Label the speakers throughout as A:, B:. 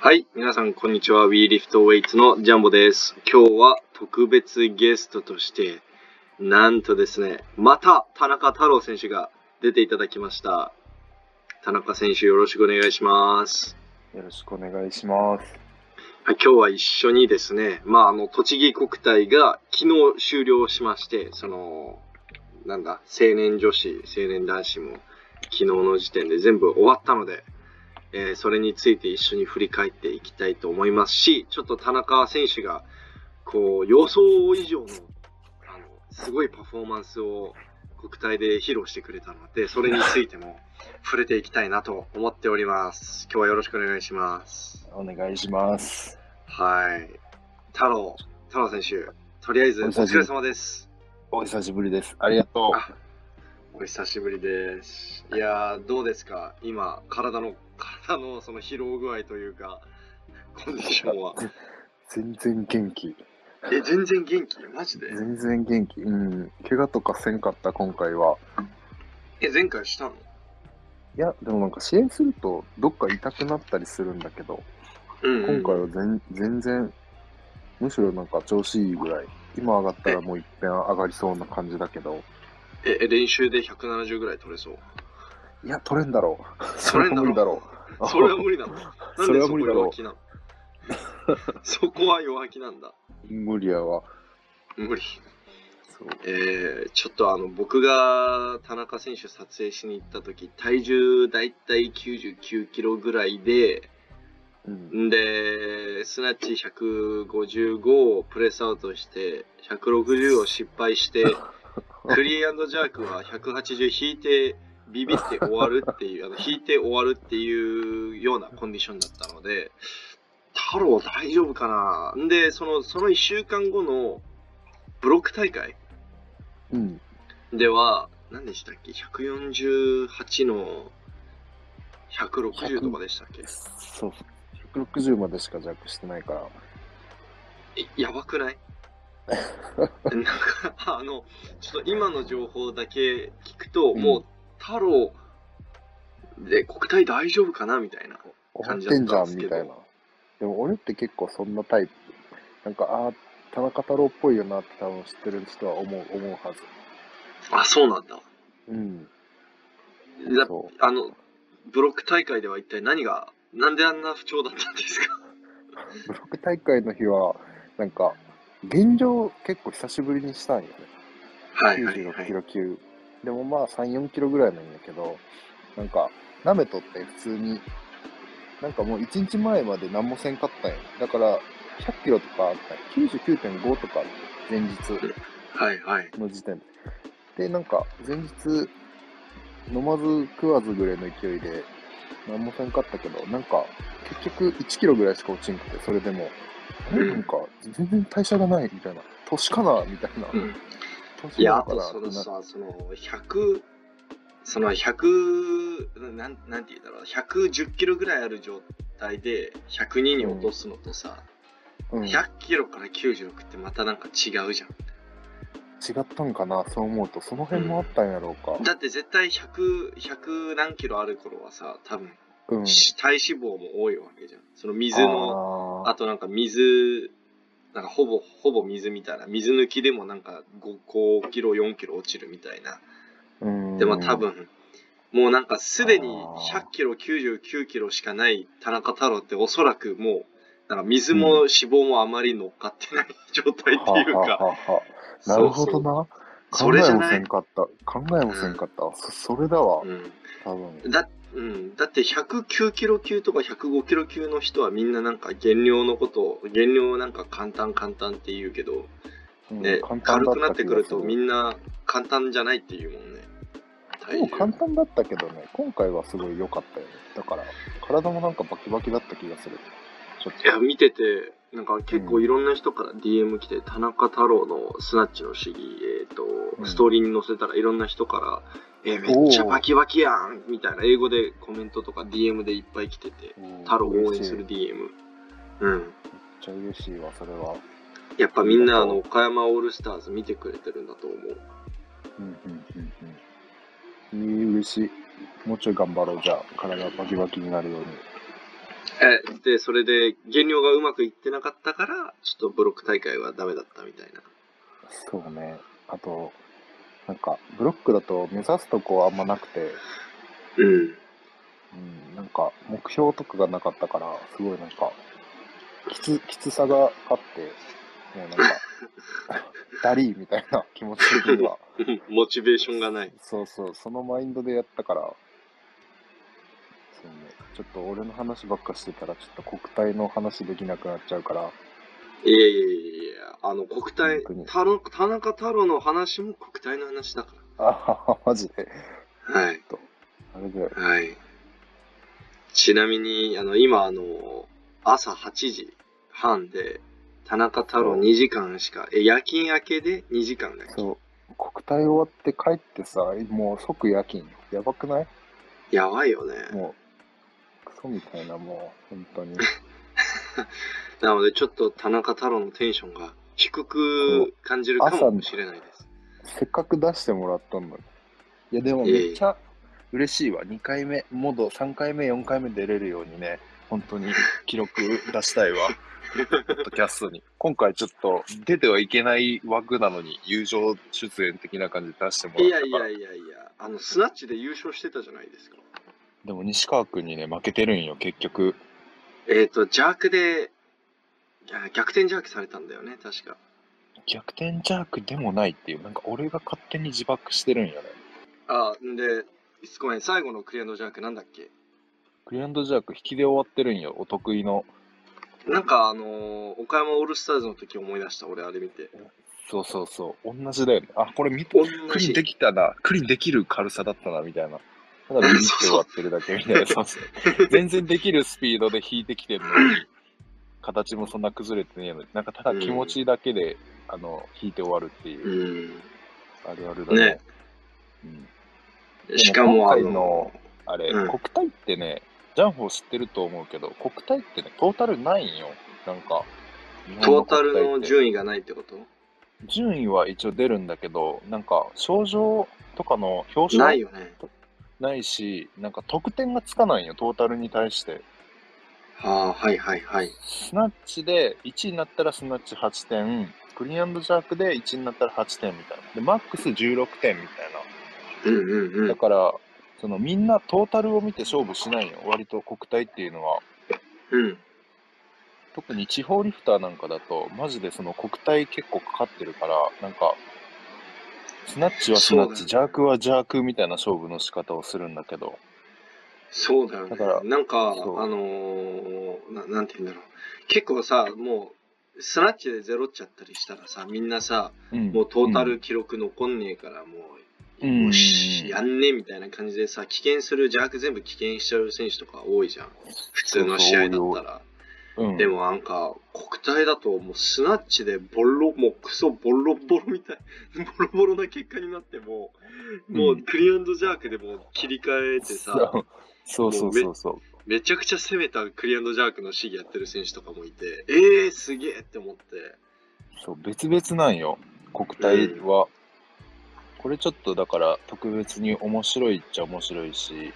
A: はい、皆さんこんにちは。We Lift Weights のジャンボです。今日は特別ゲストとして、なんとですね、また田中太郎選手が出ていただきました。田中選手よろしくお願いします。
B: よろしくお願いします。
A: はい、今日は一緒にですね、まあ、あの、栃木国体が昨日終了しまして、その、なんだ、青年女子、青年男子も昨日の時点で全部終わったので、えーそれについて一緒に振り返っていきたいと思いますし、ちょっと田中選手が、こう、予想以上の、あの、すごいパフォーマンスを国体で披露してくれたので、それについても触れていきたいなと思っております。今日はよろしくお願いします。
B: お願いします。
A: はい。太郎、太郎選手、とりあえずお
B: お
A: 疲
B: 久しぶ
A: れ
B: り
A: 様です。
B: お久しぶりです。ありがと
A: あお久しぶりです。いやー、どうですか今、体の、体のその疲労具合というか、コンディションは。
B: う。全然元気。
A: え、全然元気マジで
B: 全然元気。うん。怪我とかせんかった、今回は。
A: え、前回したの
B: いや、でもなんか支援すると、どっか痛くなったりするんだけど、
A: うん
B: 今回は全全然、むしろなんか調子いいぐらい。今上がったらもういっぺん上がりそうな感じだけど、
A: え、え練習で170ぐらい取れそう。
B: いや、取れんだろ う。そ
A: 取
B: れ
A: れん
B: は
A: だ
B: 無
A: ろう
B: 理だろう。
A: それは無理なの。なんで
B: それは
A: そこ
B: 無理だろう
A: 弱気なのそこは弱気なんだ。
B: 無理やわ。
A: 無理。
B: そう。
A: えーちょっとあの僕が田中選手撮影しに行った時体重だいたい99キロぐらいで
B: うん。
A: んでスナッチ155をプレスアウトして160を失敗してクリーンジャークは180引いてビビって終わるっていうあの引いて終わるっていうようなコンディションだったので太郎大丈夫かなんでそのその1週間後のブロック大会
B: うん。
A: では、何でしたっけ ?148 の160とかでしたっけ
B: そう。160までしか弱してないから。
A: えやばく ないなんか、あの、ちょっと今の情報だけ聞くと、
B: うん
A: もう、太郎で国体大丈夫かなみたいな。
B: 終わってんじ
A: 感
B: ゃんみたい
A: じだ
B: な。でも俺って結構そんなタイプ。なんか、ああ、田中太郎っぽいよなって多分知ってる人は思う、思うはず。
A: あ、そうなんだ。
B: うん。
A: だ
B: そ
A: あの、ブロック大会では一体何が、なんであんな不調だったんですか
B: う。ブロック大会の日は、なんか、現状結構久しぶりにしたんよね。
A: はいはいは
B: 96キ
A: い。
B: ロ級。でもまあ3、4キロぐらいなんだけど、なんか、なめとって普通に、なんかもう1日前まで何もせんかったんよ。だから、100キロとかあったんよ99.5とかあった前日。
A: はいはい。
B: の時点で。で、なんか、前日、飲まず食わずぐらいの勢いで、何もせんかったけど、なんか、結局1キロぐらいしか落ちんくて、それでも、あれなんか、全然代謝がないみたいな、年かなみたいな
A: う、ん
B: 年
A: いや、
B: な
A: あ
B: のか
A: と
B: なっ
A: そ
B: て
A: のさ、
B: な
A: その100、その100、なんなんて言うんだろう、110キロぐらいある状態で102に落とすのとさ、
B: うん、違っ
A: 100キロから96ってまたなんか違うじゃん。
B: たんかな、そう思うと、その辺もあったんやろうか。
A: だって絶対100、100何キロある頃はさ、多分、
B: うん。
A: 体脂肪も多いわけじゃん。その水の、
B: あー
A: あとなんか水、なんかほぼ、ほぼ水みたいな、水抜きでもなんか 5, 5キロ、4キロ落ちるみたいな。
B: うん
A: でも多分、もうなんかすでに
B: あ
A: 100キロ、99キロしかない田中太郎っておそらくもう、なんか水も脂肪もあまり乗っかってない状態っていう
B: はは
A: か、
B: ははなるほど
A: そう
B: な。
A: そうそ
B: 考
A: れじ
B: え
A: ゃ
B: も
A: な
B: せ
A: い
B: ん。かった。考えもせんかった。そそれだわ、
A: う
B: 多分。
A: ん、だうん、だって109キロ級とか105キロ級の人はみんななんか減量のことを減量なんか簡単簡単って言うけど、
B: うん
A: ね、
B: 簡単
A: 軽
B: だ
A: くなってくるとみ
B: な。
A: んな簡単じゃないっていうもんね
B: で
A: 体
B: も
A: 重
B: 簡単だったけどね、今回はすごい良かったよね。だから、体もなんかバキバキだった気がする。ちょっ
A: いや、見てて、なんか結構いろんな人から DM 来て、田中太郎のスナッチの試技、えっ、と、
B: うん
A: ストーリーに載せたらいろんな人から、えめっちゃ
B: おー
A: バキバキやんみたいな英語でコメントとか DM でいっぱい来てて、
B: と。
A: 太郎応援す
B: 嬉しいめ
A: る
B: っ
A: DM。うん。
B: ちゃ嬉しいわ、それは。
A: やっぱみんな、あ
B: ありがとう
A: の、岡山オールスターズ見てくれてるんだと思う。
B: うんうんうんうん。いい、嬉しい。もうちょい頑張ろう、じゃあ。体バキバキになるように。
A: え、で、それで減量がうまくいってなかったから、ちょっとブロック大会はダメだったみたいな。
B: そうね。あと、なんか、ブロックだと目指すとこはあんまなくて、
A: うん。
B: うん、なんか、目標とかがなかったから、すごいなんか、きつ、きつさがあって、もうなんか、 ダリーみたいな 気持ち的には。
A: モチベーションがない。
B: そうそう、そのマインドでやったから、そうね、ちょっと俺の話ばっかしてたら、ちょっと国体の話できなくなっちゃうから、
A: いやいやいやいや、あの、国体
B: 本当に、
A: 太郎田中太郎の話も国体の話だか
B: あはは、マジで。
A: ら。はい。
B: あれだよ。
A: はい。ちなみに、あの、今、あの、朝8時半で、田中太郎2時間しか、え、夜勤明けで2時間だっけ
B: そう、国体終わって帰ってさ、もう即夜勤。やばくない
A: やばいよね。
B: もう、クソみたいな、もう、本当に。
A: なので、ちょっと田中太郎のテンションが低く感じるかもしれないです。
B: せっかく出してもらったんだいや、でもめっちゃ嬉しいわ。2回目、もど3回目、4回目出れるようにね、本当に記録出したいわ。ポッドキャストに。今回ちょっと出てはいけない枠なのに、友情出演的な感じで出しても
A: い
B: ら
A: や
B: った
A: い
B: から。
A: やいやいや、あの、スナッチで優勝してたじゃないですか。
B: でも西川君にね、負けてるんよ、結局。
A: えっ、と、邪悪で、いや逆転邪悪されたんだよね、確か。
B: 逆転ジャークでもないっていう、なんか俺が勝手に自爆してるんよね。
A: あ、んで、ごめん、最後のクリアの邪悪なんだっけ
B: クリアンドジャーク引きで終わってるんよ、お得意の。
A: なんかあのー岡山オールスターズの時思い出した俺あれ見て
B: そうそうそう、同じだよね。あ、これ見て
A: 同
B: クリ
A: じ
B: ンできたな、クリンできる軽さだったな、みたいな。ただビビって終わってるだけみたいな。そう そう全然できるスピードで引いてきてるのに、形もそんな崩れてねえのに、なんかただ気持ちだけで、あの、引いて終わるっていうう、
A: ん
B: あるあるだね。
A: ね
B: うん、
A: しかも
B: 今
A: あ
B: 回
A: の
B: のあれ、
A: うん
B: 国体ってね、ジャンホ知ってると思うけど、国体ってね、トータルないんよ。なんか、日本
A: トー
B: の
A: タ
B: 国体って
A: ルの順位がないってこと
B: 順位は一応出るんだけど、なんか、賞状とかの表彰
A: ないよね
B: ないし、なんか得点がつかないんよ、トータルに対して。
A: ああはいはいはい
B: スナッチで1位になったらスナッチ8点、クリーンジャークで1位になったら8点みたいな。で、マックス16点みたい
A: うんうんう
B: な。だ
A: ん
B: から、そのみんなトータルを見て勝負しないんよ、割と国体っていうのは。
A: うん
B: 特に地方リフターなんかだと、マジでその国体結構かかってるから、なんか、スナッチはスナ
A: そう
B: ッ
A: だ
B: チ、
A: ね
B: ジャークはジャークみたいな勝負の仕方をするんだけど、
A: そうだよね
B: だから
A: なんかあ
B: そう
A: のーななんて言うんだろう結構さもうスナッチでゼロっちゃったりしたらさみんなさ
B: うん
A: もうトータル記録残んねえからもう、
B: うん
A: もうしやんねえみたいな感じでさ棄権する邪悪全部棄権しちゃう選手とか多いじゃん普通の試合だったら
B: うん
A: でもなんか国体だともうスナッチでボロもうクソボロボロみたい ボロボロな結果になってももう
B: うん
A: クリアンドジャークでもう切り替えてさ、
B: そうそうそうそうそう。
A: めちゃくちゃ攻めたクリアンドジャークの試技やってる選手とかもいてえー、すげえって思って
B: そう別々なんよ、国体は。これちょっとだから特別に面白いっちゃ面白いし、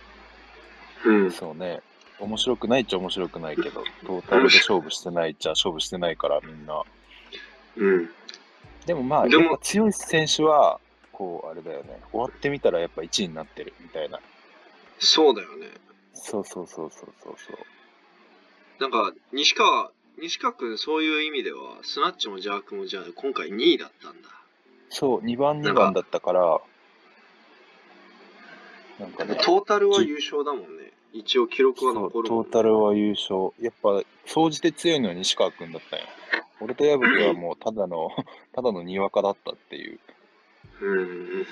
A: うん
B: そうね、面白くないっちゃ面白くないけど、トータルで勝負してないっちゃ勝負してないからみんな。
A: うん
B: でもまあ、
A: で
B: や
A: も
B: っぱ強い選手は、こう、あれだよね、終わってみたらやっぱ1位になってるみたいな。
A: そうだよね
B: そうそうそうそうそうそう。
A: なんか西川西川君そういう意味ではスナッチもジャークもじゃあ今回2位だったんだ
B: そう、2番、
A: なん
B: 2
A: か
B: 番だったから、なんかね、
A: トータルは優勝だもんね一応記録は
B: そう
A: 残るもん
B: ト
A: ね
B: ータルは優勝。やっぱ、総じて強いのは西川君だったよ。俺と矢吹はもう、ただの、 ただのにわかだったっていう。
A: うん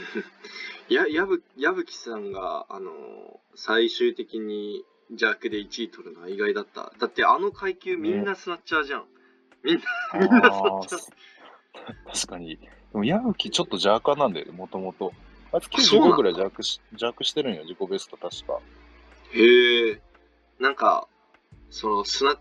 A: ややぶ矢吹さんが、あのー最終的に邪悪で1位取るのは意外だった。だってあの階級みんなスナッチャーじゃん。みんなそっちだ
B: あー 確かに。でも矢吹ちょっと邪悪なんだよね、もともと。あいつ
A: そうなんだ
B: 95ぐらい邪悪し邪悪してるんよ、自己ベスト確か。
A: へえ。なんか、そのスナッ、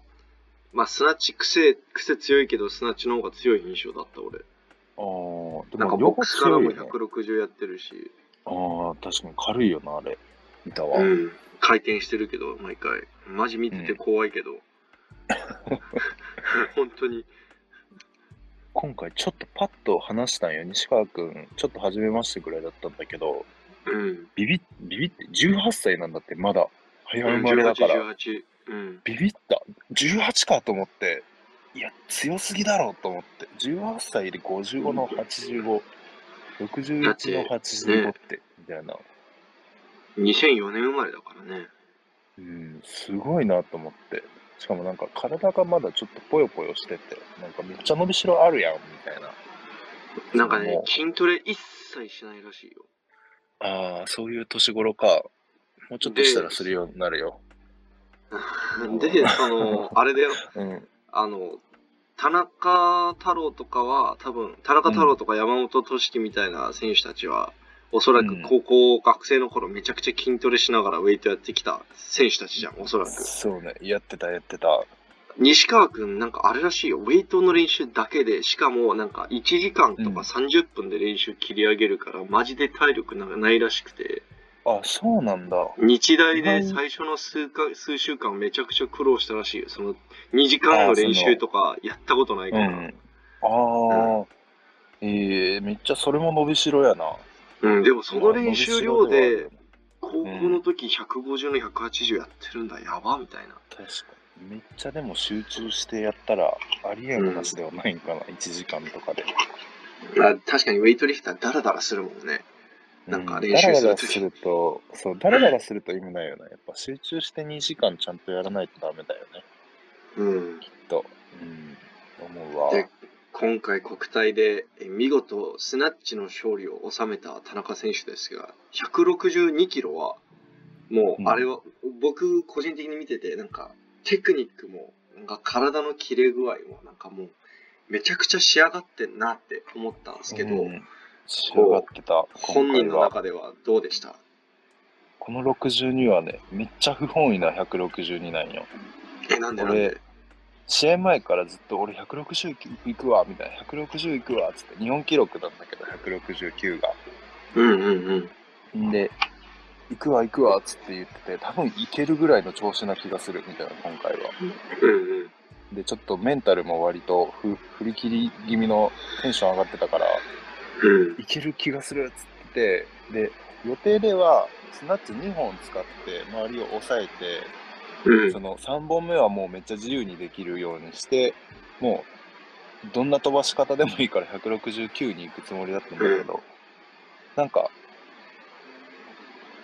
A: まあスナッチ癖、癖強いけどスナッチの方が強い印象だった俺。
B: ああ、で
A: なんかボ
B: も両
A: ッ
B: 方
A: クスから
B: 強い
A: も
B: よね。
A: 160やってるし、
B: ああ、確かに軽いよな、あれ。見たわ。
A: うん。回転してるけど、毎回。マジ見てて怖いけ ど。本当に。
B: 今回ちょっとパッと話したんよ西川くんちょっと初めましてぐらいだったんだけど
A: うん。
B: ビビビビって18歳なんだってまだ早生まれ
A: 18、
B: だから
A: 18。うん。
B: ビビった18かと思っていや強すぎだろうと思って18歳で55の8561
A: だって
B: の85ってみたいな、
A: 2004年生まれだからね。
B: うん、すごいなと思ってしかもなんか体がまだちょっとぽよぽよしててなんかめっちゃ伸びしろあるやんみたい
A: な
B: な
A: んかね
B: も、う
A: 筋トレ一切しないらしいよ。
B: ああそういう年頃かもうちょっとしたらするようになるよ
A: で、その、あれだよ。
B: うん
A: あの、田中太郎とかは、多分、田中太郎とか山本俊樹みたいな選手たちは、おそら
B: うん
A: く高校、学生の頃めちゃくちゃ筋トレしながらウェイトやってきた選手たちじゃん、おそらく。
B: そうねやってたやってた
A: 西川くん、なんかあれらしいよ、ウェイトの練習だけで、しかもなんか1時間と
B: うん
A: か30分で練習切り上げるから、マジで体力なないらしくて、
B: あそうなんだ
A: 日大
B: う
A: で
B: ん
A: 最初の数か数週間めちゃくちゃ苦労したらしいよ、その2時間の練習とかやったことないから。
B: ああ、ええめっちゃそれも伸びしろやな。
A: うん、でもその練習量で
B: まあ伸びしろ、
A: 高校の時150の180やってるんだ、やばみたいな。
B: はある確かに。めっちゃでも集中してやったら、ありえん話ではないんかな、1時間とかで。
A: あ確かにウェイトリフターダラダラするもんね。なんか練
B: ダ
A: 習
B: ラ
A: す
B: ダ
A: る
B: ラ
A: 時
B: すると、そう、ダラダラすると意味ないよな。やっぱ集中して2時間ちゃんとやらないとダメだよね、
A: うん。
B: きっと。うん、思うわ。
A: で今回国体でえ見事スナッチの勝利を収めた田中選手ですが、162キロは、も
B: うん
A: うあれは、僕個人的に見てて、なんかテクニックも、なんか体の切れ具合も、なんかもう、めちゃくちゃ仕上がってんなって思ったんですけど、
B: うん、仕上がってた。
A: 本人
B: 今
A: の
B: 回は
A: 中ではどうでした
B: この62はね、めっちゃ不本意な162なんよ。
A: え、なんでなん
B: 俺
A: で、
B: 試合前からずっと俺160いくわみたいな160いくわっつって日本記録なんだけど169が
A: うんうんうん。
B: んで行くわ行くわっつって言ってて多分いけるぐらいの調子な気がするみたいな今回は
A: うんうん。
B: でちょっとメンタルも割とふ振り切り気味のテンション上がってたから
A: うん。
B: いける気がするっつっててで予定ではスナッチ2本使って周りを抑えて
A: うん
B: そ。の3本目はもうめっちゃ自由にできるようにしてもうどんな飛ばし方でもいいから169に行くつもりだったんだけどなんか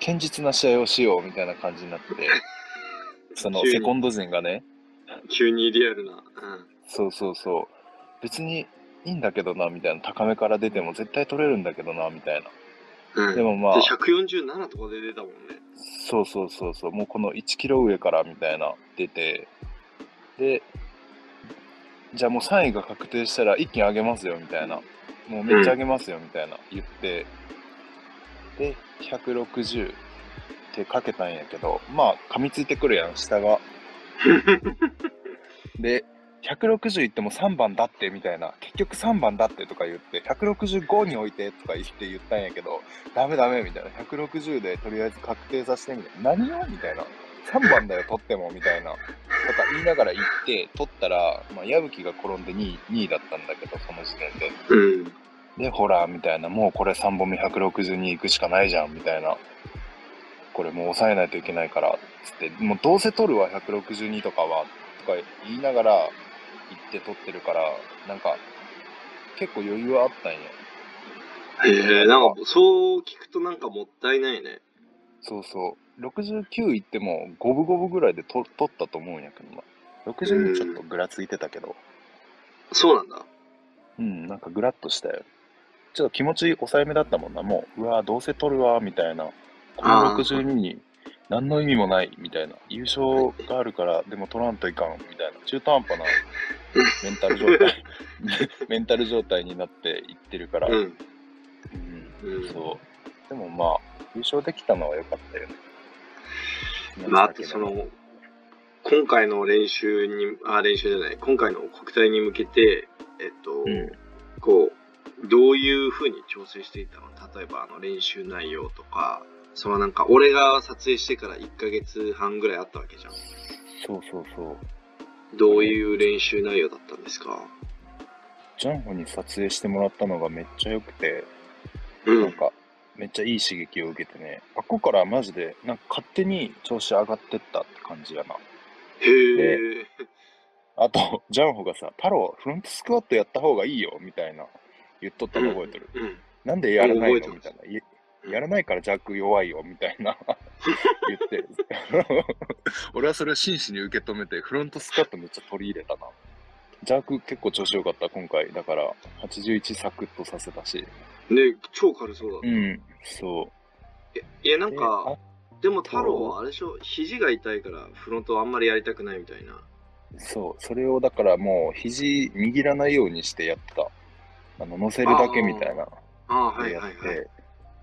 B: 堅実な試合をしようみたいな感じに なってその
A: 急に
B: セコンド陣がね
A: 急にリアルな。
B: そうそうそう別にいいんだけどなみたいな高めから出ても絶対取れるんだけどなみたいな
A: うん。うん。
B: で
A: で、
B: もまあ
A: 147とかで出たもんね。
B: そうそうそうそう、もうこの1キロ上からみたいな出て、で、じゃあもう3位が確定したら一気に上げますよみたいな、もうめっちゃ上げますよみたいな言って、で、160ってかけたんやけど、まあ噛みついてくるやん、下が。で、160いっても3番だってみたいな、結局3番だってとか言って、165に置いてとか言って言ったんやけど、ダメダメみたいな、160でとりあえず確定させてみたいな、何をみたいな、3番だよ、取ってもみたいな、とか言いながら行って、取ったら、まあ、矢吹が転んで2位 ,2 位だったんだけど、その時点で。
A: うん。
B: で、ほら、みたいな、もうこれ3本目162行くしかないじゃん、みたいな。これもう抑えないといけないから、つって、もうどうせ取るわ、162とかは、とか言いながら、行って取ってるから、なんか、結構余裕はあったんや。
A: へえ、なんか、そう聞くとなんかもったいないね。
B: そうそう。69行っても、五分五分ぐらいで取取ったと思うんやけどな。62ちょっとぐらついてたけど、
A: そうなんだ。
B: うん、なんかぐらっとしたよ。ちょっと気持ち抑えめだったもんな。もう、うわどうせ取るわ、みたいな。この
A: あー
B: 62に何の意味もない、みたいな。優勝があるから、でも取らんといかん、みたいな。中途半端なメンタル 状態、メンタル状態になっていってるから。
A: う
B: うん
A: ん。うん
B: そう。でもまあ、優勝できたのは良かったよね。
A: まあ、あとその、今回の練習に、あ、練習じゃない、今回の国体に向けて、えっと、
B: うん
A: こう、どういうふうに調整していたの例えば、あの、練習内容とか、そのなんか、俺が撮影してから1ヶ月半ぐらいあったわけじゃん。
B: そうそうそう。
A: どういう練習内容だったんですか
B: ジャンホに撮影してもらったのがめっちゃ良くて、
A: う
B: なん。か、めっちゃいい刺激を受けてね、あっこからマジで、なんか勝手に調子上がってったって感じやな。
A: へえ。
B: あと、 ジャンホがさ、太郎、フロントスクワットやった方がいいよ、みたいな、言っとったの覚えてる。
A: うん。
B: なんでやらない
A: うん覚
B: の
A: え
B: み
A: て
B: た
A: ま
B: いな。いやらないからジャック弱いよ、みたいな、言って。俺はそれを真摯に受け止めて、フロントスクワットめっちゃ取り入れたな。ジャーク結構調子良かった、今回。だから、81サクッとさせたし。
A: ね、超軽そうだっ
B: う
A: た。
B: ん、そう。
A: えいや、なん
B: で
A: か、でも太郎はあれでしょ、肘が痛いからフロントあんまりやりたくないみたいな。
B: そう、それをだからもう肘握らないようにしてやってた。あの、乗せるだけみたいな。
A: ああ、はい
B: やっ
A: はい
B: て、
A: はい。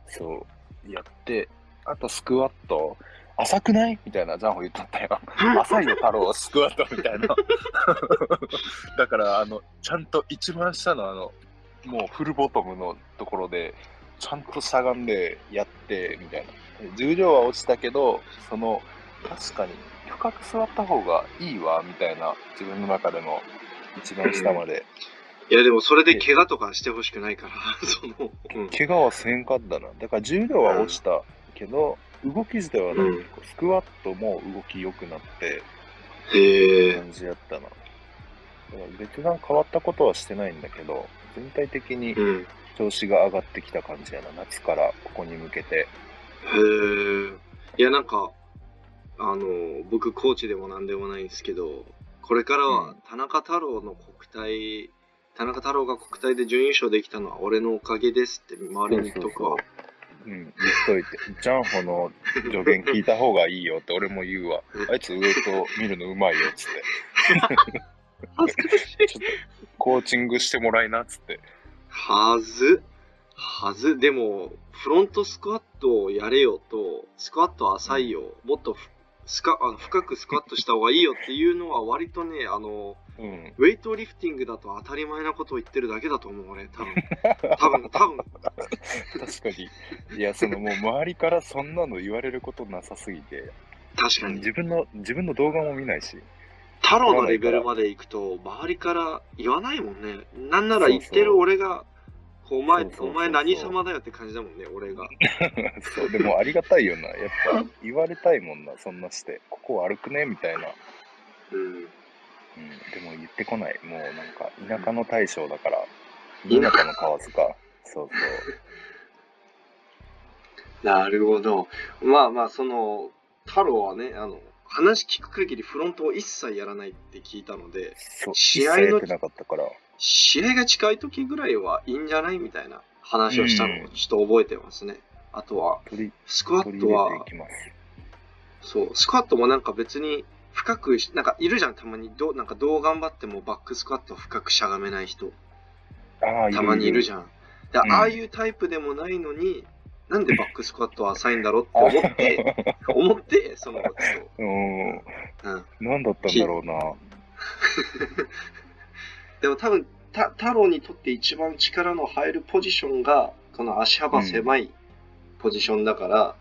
B: そう、やって、あとスクワット、浅くないみたいな、ジャンホ言っとったよ。 浅いよ、太郎、スクワットみたいな。 だから、あの、ちゃんと一番下のあの、もうフルボトムのところで、ちゃんとしゃがんでやって、みたいな。重量は落ちたけど、その、確かに深く座った方がいいわ、みたいな、自分の中での一番下まで。
A: いや、でもそれで怪我とかしてほしくないから、 その、うん。
B: 怪我はせんかったな。だから重量は落ちたけど、動き自体はなんかこうスクワットも動き良くなって
A: へえ。
B: 感じやったな。だから別段変わったことはしてないんだけど、全体的に
A: うん。
B: 調子が上がってきた感じやな。夏からここに向けて。
A: へえ。いや、なんか、あの、僕、コーチでもなんでもないんですけど、これから
B: う
A: は
B: ん
A: 田中太郎の国体、田中太郎が国体で準優勝できたのは俺のおかげですって周りに言っとくわ。
B: うん、言っといて。ジャンホの助言聞いた方がいいよって俺も言うわ。あいつ上と見るのうまいよっつっ
A: 恥ずかしい。
B: て。ちょっとコーチングしてもらいなっつって。
A: はず。はず。でも、フロントスクワットをやれよと、スクワット浅いよ、もっとふスカあの深くスクワットした方がいいよっていうのは割とね、あの、
B: うん。
A: ウェイトリフティングだと当たり前なことを言ってるだけだと思う、俺、多分。 多分、多分。
B: 確かに。いや、そのもう周りからそんなの言われることなさすぎて、
A: 確かに。
B: 自分の、自分の動画も見ないし。
A: 太郎のレベルまで行くと、周りから言わないもんね。なんなら言ってる俺が、こうお前
B: そうそうそうそう
A: お前何様だよって感じだもんね、俺が。
B: そう、でもありがたいよな。やっぱ言われたいもんな、そんなして。ここ悪くねみたいな。
A: うん。
B: うん。でも言ってこない。もうなんか、田舎の大将だから、田舎の河津か。そう
A: なるほど。まあまあ、その、太郎はね、あの、話聞く限りフロントを一切やらないって聞いたので、
B: そう。そう、
A: 試合の
B: 一切やってなかったから。
A: 試合が近い時ぐらいはいいんじゃないみたいな話をしたの
B: う
A: を
B: ん
A: ちょっと覚えてますね。あとは、
B: 取り、
A: スクワ
B: 取
A: ッ
B: り
A: ト
B: 入れて、
A: はい
B: きます。
A: そう、スクワットもなんか別に深くし、なんかいるじゃん、たまにどう、なんかどう頑張ってもバックスクワット深くしゃがめない人、
B: ああ、
A: たまにいるじ
B: ゃん。
A: ゃん。で
B: うん
A: ああいうタイプでもないのに、なんでバックスクワットは浅いんだろうって思って、思って、その、そ
B: うん。
A: う、うん。
B: なんだったんだろうな。
A: でも多分た太郎にとって一番力の入るポジションがこの足幅狭いポジションだから、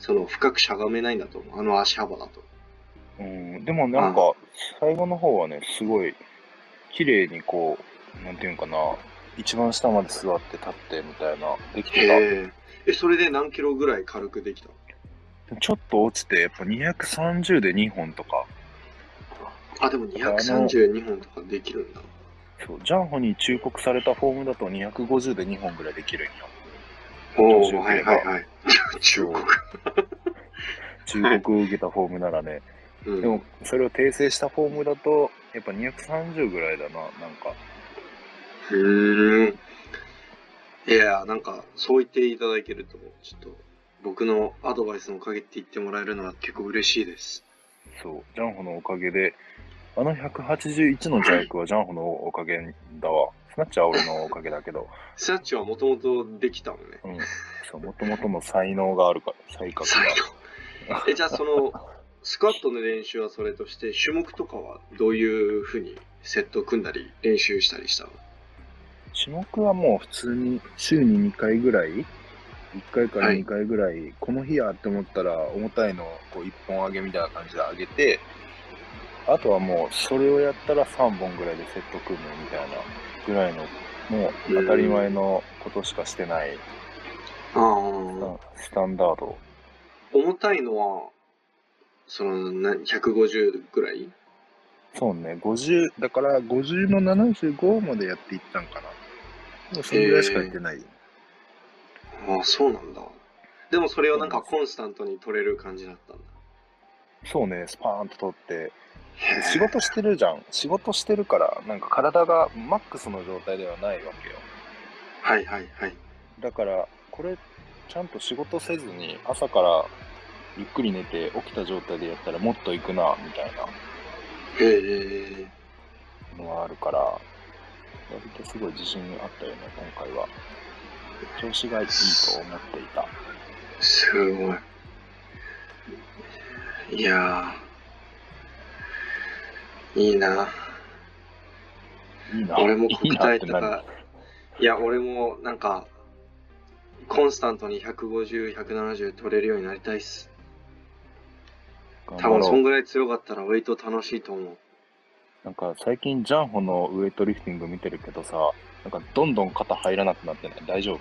A: その深くしゃがめないんだと思うあの足幅だと
B: うん、でもなんか、最後の方はね、すごい、綺麗にこう、なんていうんかな、一番下まで座って立ってみたいな、できて
A: ええそれで何キロぐらい軽くできた
B: た。ちょっと落ちて、やっぱ230で2本とか、
A: あでも232本とかできるんだ
B: そう、ジャンホに忠告されたフォームだと250で2本ぐらいできるんよ。
A: お
B: 中
A: お
B: 国
A: はいはいはい中国、
B: 忠告を受けたフォームならね、
A: うん、
B: でもそれを訂正したフォームだと、やっぱ230ぐらいだな、なんか。
A: うーんいやなんかそう言っていただけるとちょっと僕のアドバイスのおかげって言ってもらえるのは結構嬉しいです
B: そう、ジャンホのおかげで、あの181のジャイクはジャンホのおかげだわ。スナッチは俺のおかげだけど、
A: スナッチはもともとできたもんね。
B: うん。そう、もともとの才能があるから、才覚
A: 最
B: が。
A: 後。え、じゃあその、スクワットの練習はそれとして、種目とかはどういうふうにセット組んだり、練習したりしたの
B: 種目はもう普通に週に2回ぐらい1回か
A: はい
B: 2回ぐらい、この日やって思ったら、重たいのをこう1本上げみたいな感じで上げて、あとはもう、それをやったら3本ぐらいでセット組むみたいなぐらいの、もう当たり前のことしかしてない、
A: ああ。
B: スタンダード。
A: 重たいのは、その、な150ぐらい
B: そうね、50、だから50の75までやっていったんかな。もうそれぐらいしかやってない。
A: ああ、そうなんだ。でもそれをなんかコンスタントに取れる感じだったんだ。
B: そうね、スパーンと取って、
A: へ
B: で
A: え
B: 仕事してるじゃん。仕事してるから、なんか体がマックスの状態ではないわけよ。
A: はいはいはい。
B: だから、これ、ちゃんと仕事せずに、朝からゆっくり寝て、起きた状態でやったらもっといくな、みたい
A: へえ。
B: なのがあるから、割とすごい自信あったよね、今回は。調子がいいと思っていた。
A: すごい。いやー。いいな。
B: いいな、
A: 俺も
B: いい
A: 国
B: なっ
A: 体
B: て
A: と
B: 何
A: か、いや、俺もなんか、コンスタントに150、170取れるようになりたいっす。多分そんぐらい強かったらウェイト楽しいと思う。
B: なんか最近ジャンホのウエイトリフティング見てるけどさ、なんかどんどん肩入らなくなってない大丈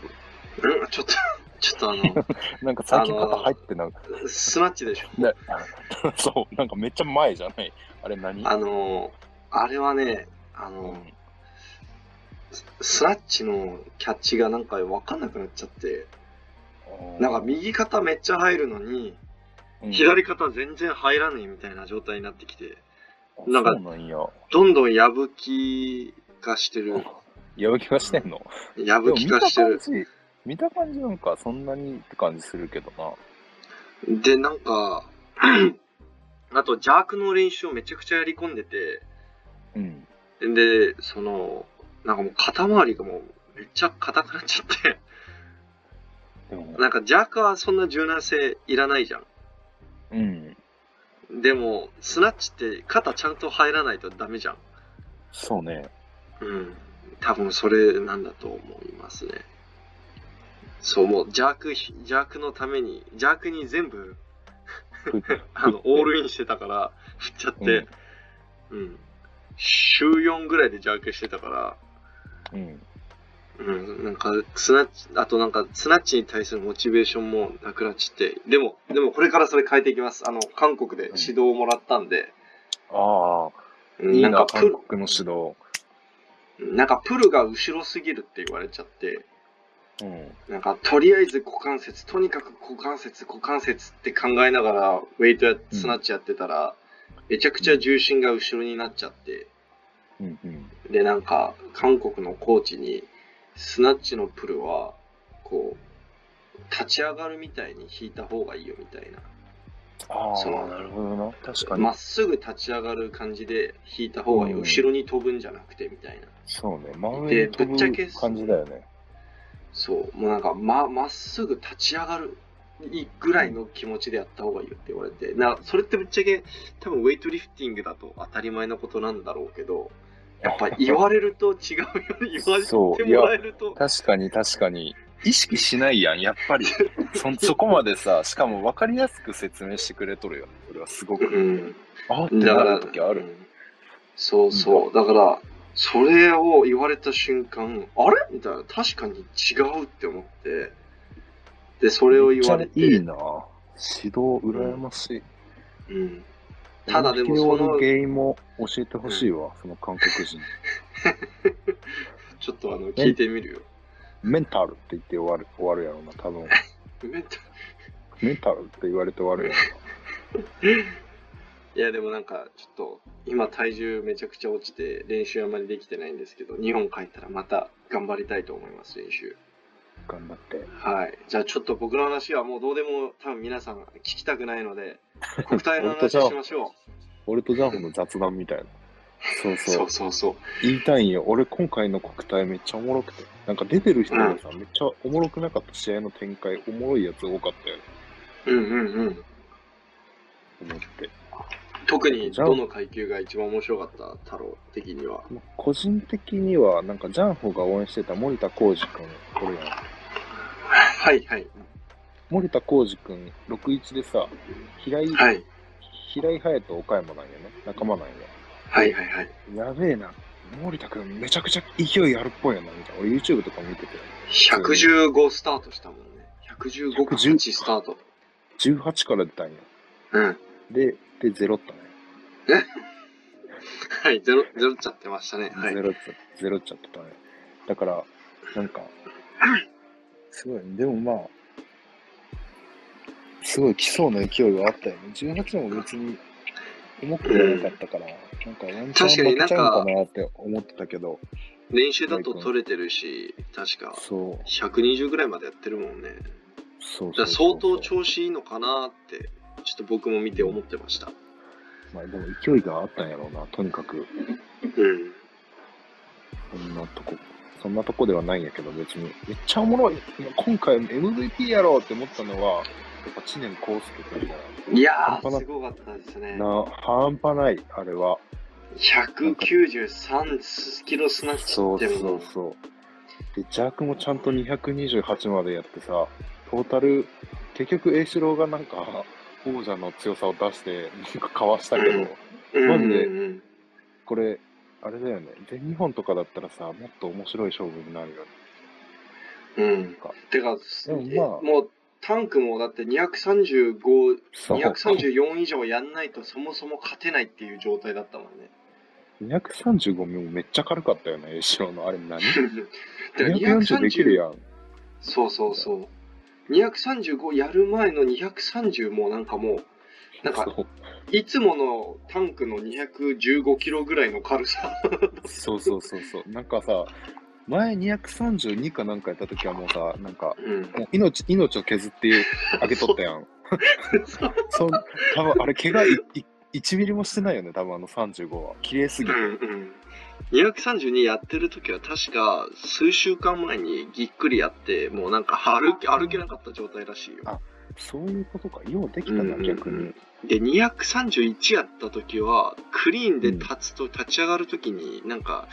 B: 夫
A: うん、ちょっと、 ちょっとあの、
B: なんか最近
A: あのー
B: 肩入ってない、
A: スナッチでしょ。
B: ね そう、なんかめっちゃ前じゃないあれ何
A: あの、あれはね、あ
B: う
A: の、
B: ん
A: ススナッチのキャッチがなんか分かんなくなっちゃって、なんか右肩めっちゃ入るのに、
B: うん
A: 左肩全然入らねえみたいな状態になってきて、なんか
B: そうなんや。
A: どんどん破き化してる。
B: やぶきがしてんので
A: 破
B: も
A: き
B: 見
A: 化
B: た
A: して
B: 感
A: る。
B: じ、見た感じなんかそんなにって感じするけどな。
A: で、なんか、 あと、ジャークの練習をめちゃくちゃやり込んでて、
B: うん。
A: で、その、なんかもう肩周りがもうめっちゃ硬くなっちゃって、
B: でも、
A: なんかジャークはそんな柔軟性いらないじゃ
B: うん。
A: ん。でも、スナッチって肩ちゃんと入らないとダメじゃん。
B: そうね。
A: うん。多分それなんだと思いますね。そう、もうジャーク、ジャークのために、ジャークに全部、
B: ふ
A: あの、オールインしてたから、振っちゃって、うん。週4ぐらいでジャークしてたから、
B: うん。
A: うん、なんか、スナッチ、あとなんか、スナッチに対するモチベーションもなくなっちゃって、でも、でもこれからそれ変えていきます。あの、韓国で指導をもらったんで、
B: ああ、
A: うん
B: いい
A: なんか
B: な、
A: プ
B: 韓国の指導。
A: ル、なんかプルが後ろすぎるって言われちゃって、
B: うん。
A: なんか、とりあえず股関節、とにかく股関節、股関節って考えながら、ウェイトや、スナッチやってたら、めちゃくちゃ重心が後ろになっちゃって、
B: うんうん。
A: で、なんか、韓国のコーチに、スナッチのプルは、こう、立ち上がるみたいに引いた方がいいよみたい
B: あ
A: そう
B: あ、なるほどな。確か
A: な。
B: に。
A: まっすぐ立ち上がる感じで引いた方がいいよ。
B: うん
A: 後ろに飛ぶんじゃなくてみたいな。
B: そうね。真
A: で
B: 上に飛
A: ぶっちゃけ
B: ぶ感じだよね。
A: そう。もうなんか、ま、まっすぐ立ち上がるぐらいの気持ちでやった方がいいよって言われて。な、それってぶっちゃけ、多分ウェイトリフティングだと当たり前のことなんだろうけど、やっぱ言われると違うように言われて
B: そういや
A: もらえると。
B: 確かに確かに。意識しないやん、やっぱり。そそこまでさ、しかも分かりやすく説明してくれとるよ。それはすごく。
A: うん。
B: あって
A: だか
B: な
A: ら、
B: る時あ
A: う
B: る。
A: んそうそう。だから、それを言われた瞬間、あれみたいな、確かに違うって思って、で、そ
B: こ
A: れを言われて、
B: いいな指導、羨ましい。
A: うん、ただでもそ
B: そ
A: の、
B: の原因も教えてほしいわ、その韓国人。
A: ちょっとあの、聞いてみるよ。
B: メンタルって言って終わる終わるやろな、多分。
A: めっちゃ
B: メンタルって言われて終わるや
A: いや、でもなんか、ちょっと、今体重めちゃくちゃ落ちて、練習あんまりできてないんですけど、日本帰ったらまた頑張りたいと思います、練習。
B: ろな。頑張って。
A: はい。じゃあちょっと僕の話はもうどうでも多分皆さん聞きたくないの で、国体の話しましょ
B: 俺とジャンホの雑談みたいな。そう
A: う。
B: そ
A: そうう。そうそう。
B: 言いたいんよ。俺、今回の国体めっちゃおもろくて。なんか出てる人がさ、めっちゃおもろくなかった試合の展開、おもろいやつ多かったよ。
A: うんうんうん。
B: 思って。
A: 特にどの階級が一番面白かった太郎的には。
B: まあ個人的には、なんかジャンホが応援してた森田浩二君、これやん。
A: はいはい。
B: 森田浩二君、61でさ、平井、
A: はい。
B: 平井隼人岡山なんやね。仲間なんや。
A: はいはいはい。
B: やべえな。森田君、めちゃくちゃ勢いあるっぽいやな、みたいな。俺 YouTube とか見てて。
A: 115スタートしたもんね。115か
B: 110
A: 8スタート。
B: 18から出たんや。
A: うん。
B: で、で、ゼロったね。
A: はい、ゼロ、ゼロっちゃってましたね。はい
B: ゼ。ロっちゃ、ゼロっちゃってたね。だから、なんか、すごい、でもまあ、すごい来そうな勢いはあったよね。18も別に重くはなかったから、なんかワンチャン負けちゃうのかなって思ってたけど、
A: 練習だと取れてるし、確か
B: そう、
A: 120ぐらいまでやってるもんね。
B: そうそう
A: だから相当調子いいのかなって、ちょっと僕も見て思ってました。
B: まあでも勢いがあったんやろうな、とにかく。
A: うん。
B: そんなとこ、そんなとこではないんやけど、別に、めっちゃおもろい、いや今回 MVP やろうって思ったのは、やっぱ知念康介君だ
A: いや
B: 半端
A: ー、
B: な
A: すごかったですね。
B: な。な、半端ない、あれは。
A: 193キロスナッチ
B: そう
A: って
B: そ
A: も
B: うそう。で、ジャークもちゃんと228までやってさ、トータル、結局、栄四郎がなんか、王者の強さを出して、なんかかわしたけど、
A: う、うん
B: マジで
A: うんうん
B: これ、あれだよね、全日本とかだったらさ、もっと面白い勝負になるよね。
A: うん。てか、
B: でもまあ
A: えもうタンクもだって235、
B: そう
A: 234以上やんないとそもそも勝てないっていう状態だったもんね。
B: 235秒めっちゃ軽かったよね、栄四郎の。あれ何
A: だから
B: 240できるやん。
A: そうそうそう。235やる前の230もなんかもう、なんか
B: そう
A: いつものタンクの215キロぐらいの軽さ。
B: そうそうそうそう。なんかさ、前232かなんかやった時はもうさ、なんか、
A: うん。
B: もう命命を削ってあげとったや ん。
A: そう
B: そん多分あれ、怪我いい1ミリもしてないよね、多分あの35は。綺麗すぎ
A: う
B: て。
A: んうん。232やってる時は確か数週間前にぎっくりやってもうなんか歩け歩けなかった状態らしいよ。
B: そういうことか。ようできた
A: うん
B: な、
A: うんうん
B: 逆に。
A: で231やった時はクリーンで立つと立ち上がる時になんか、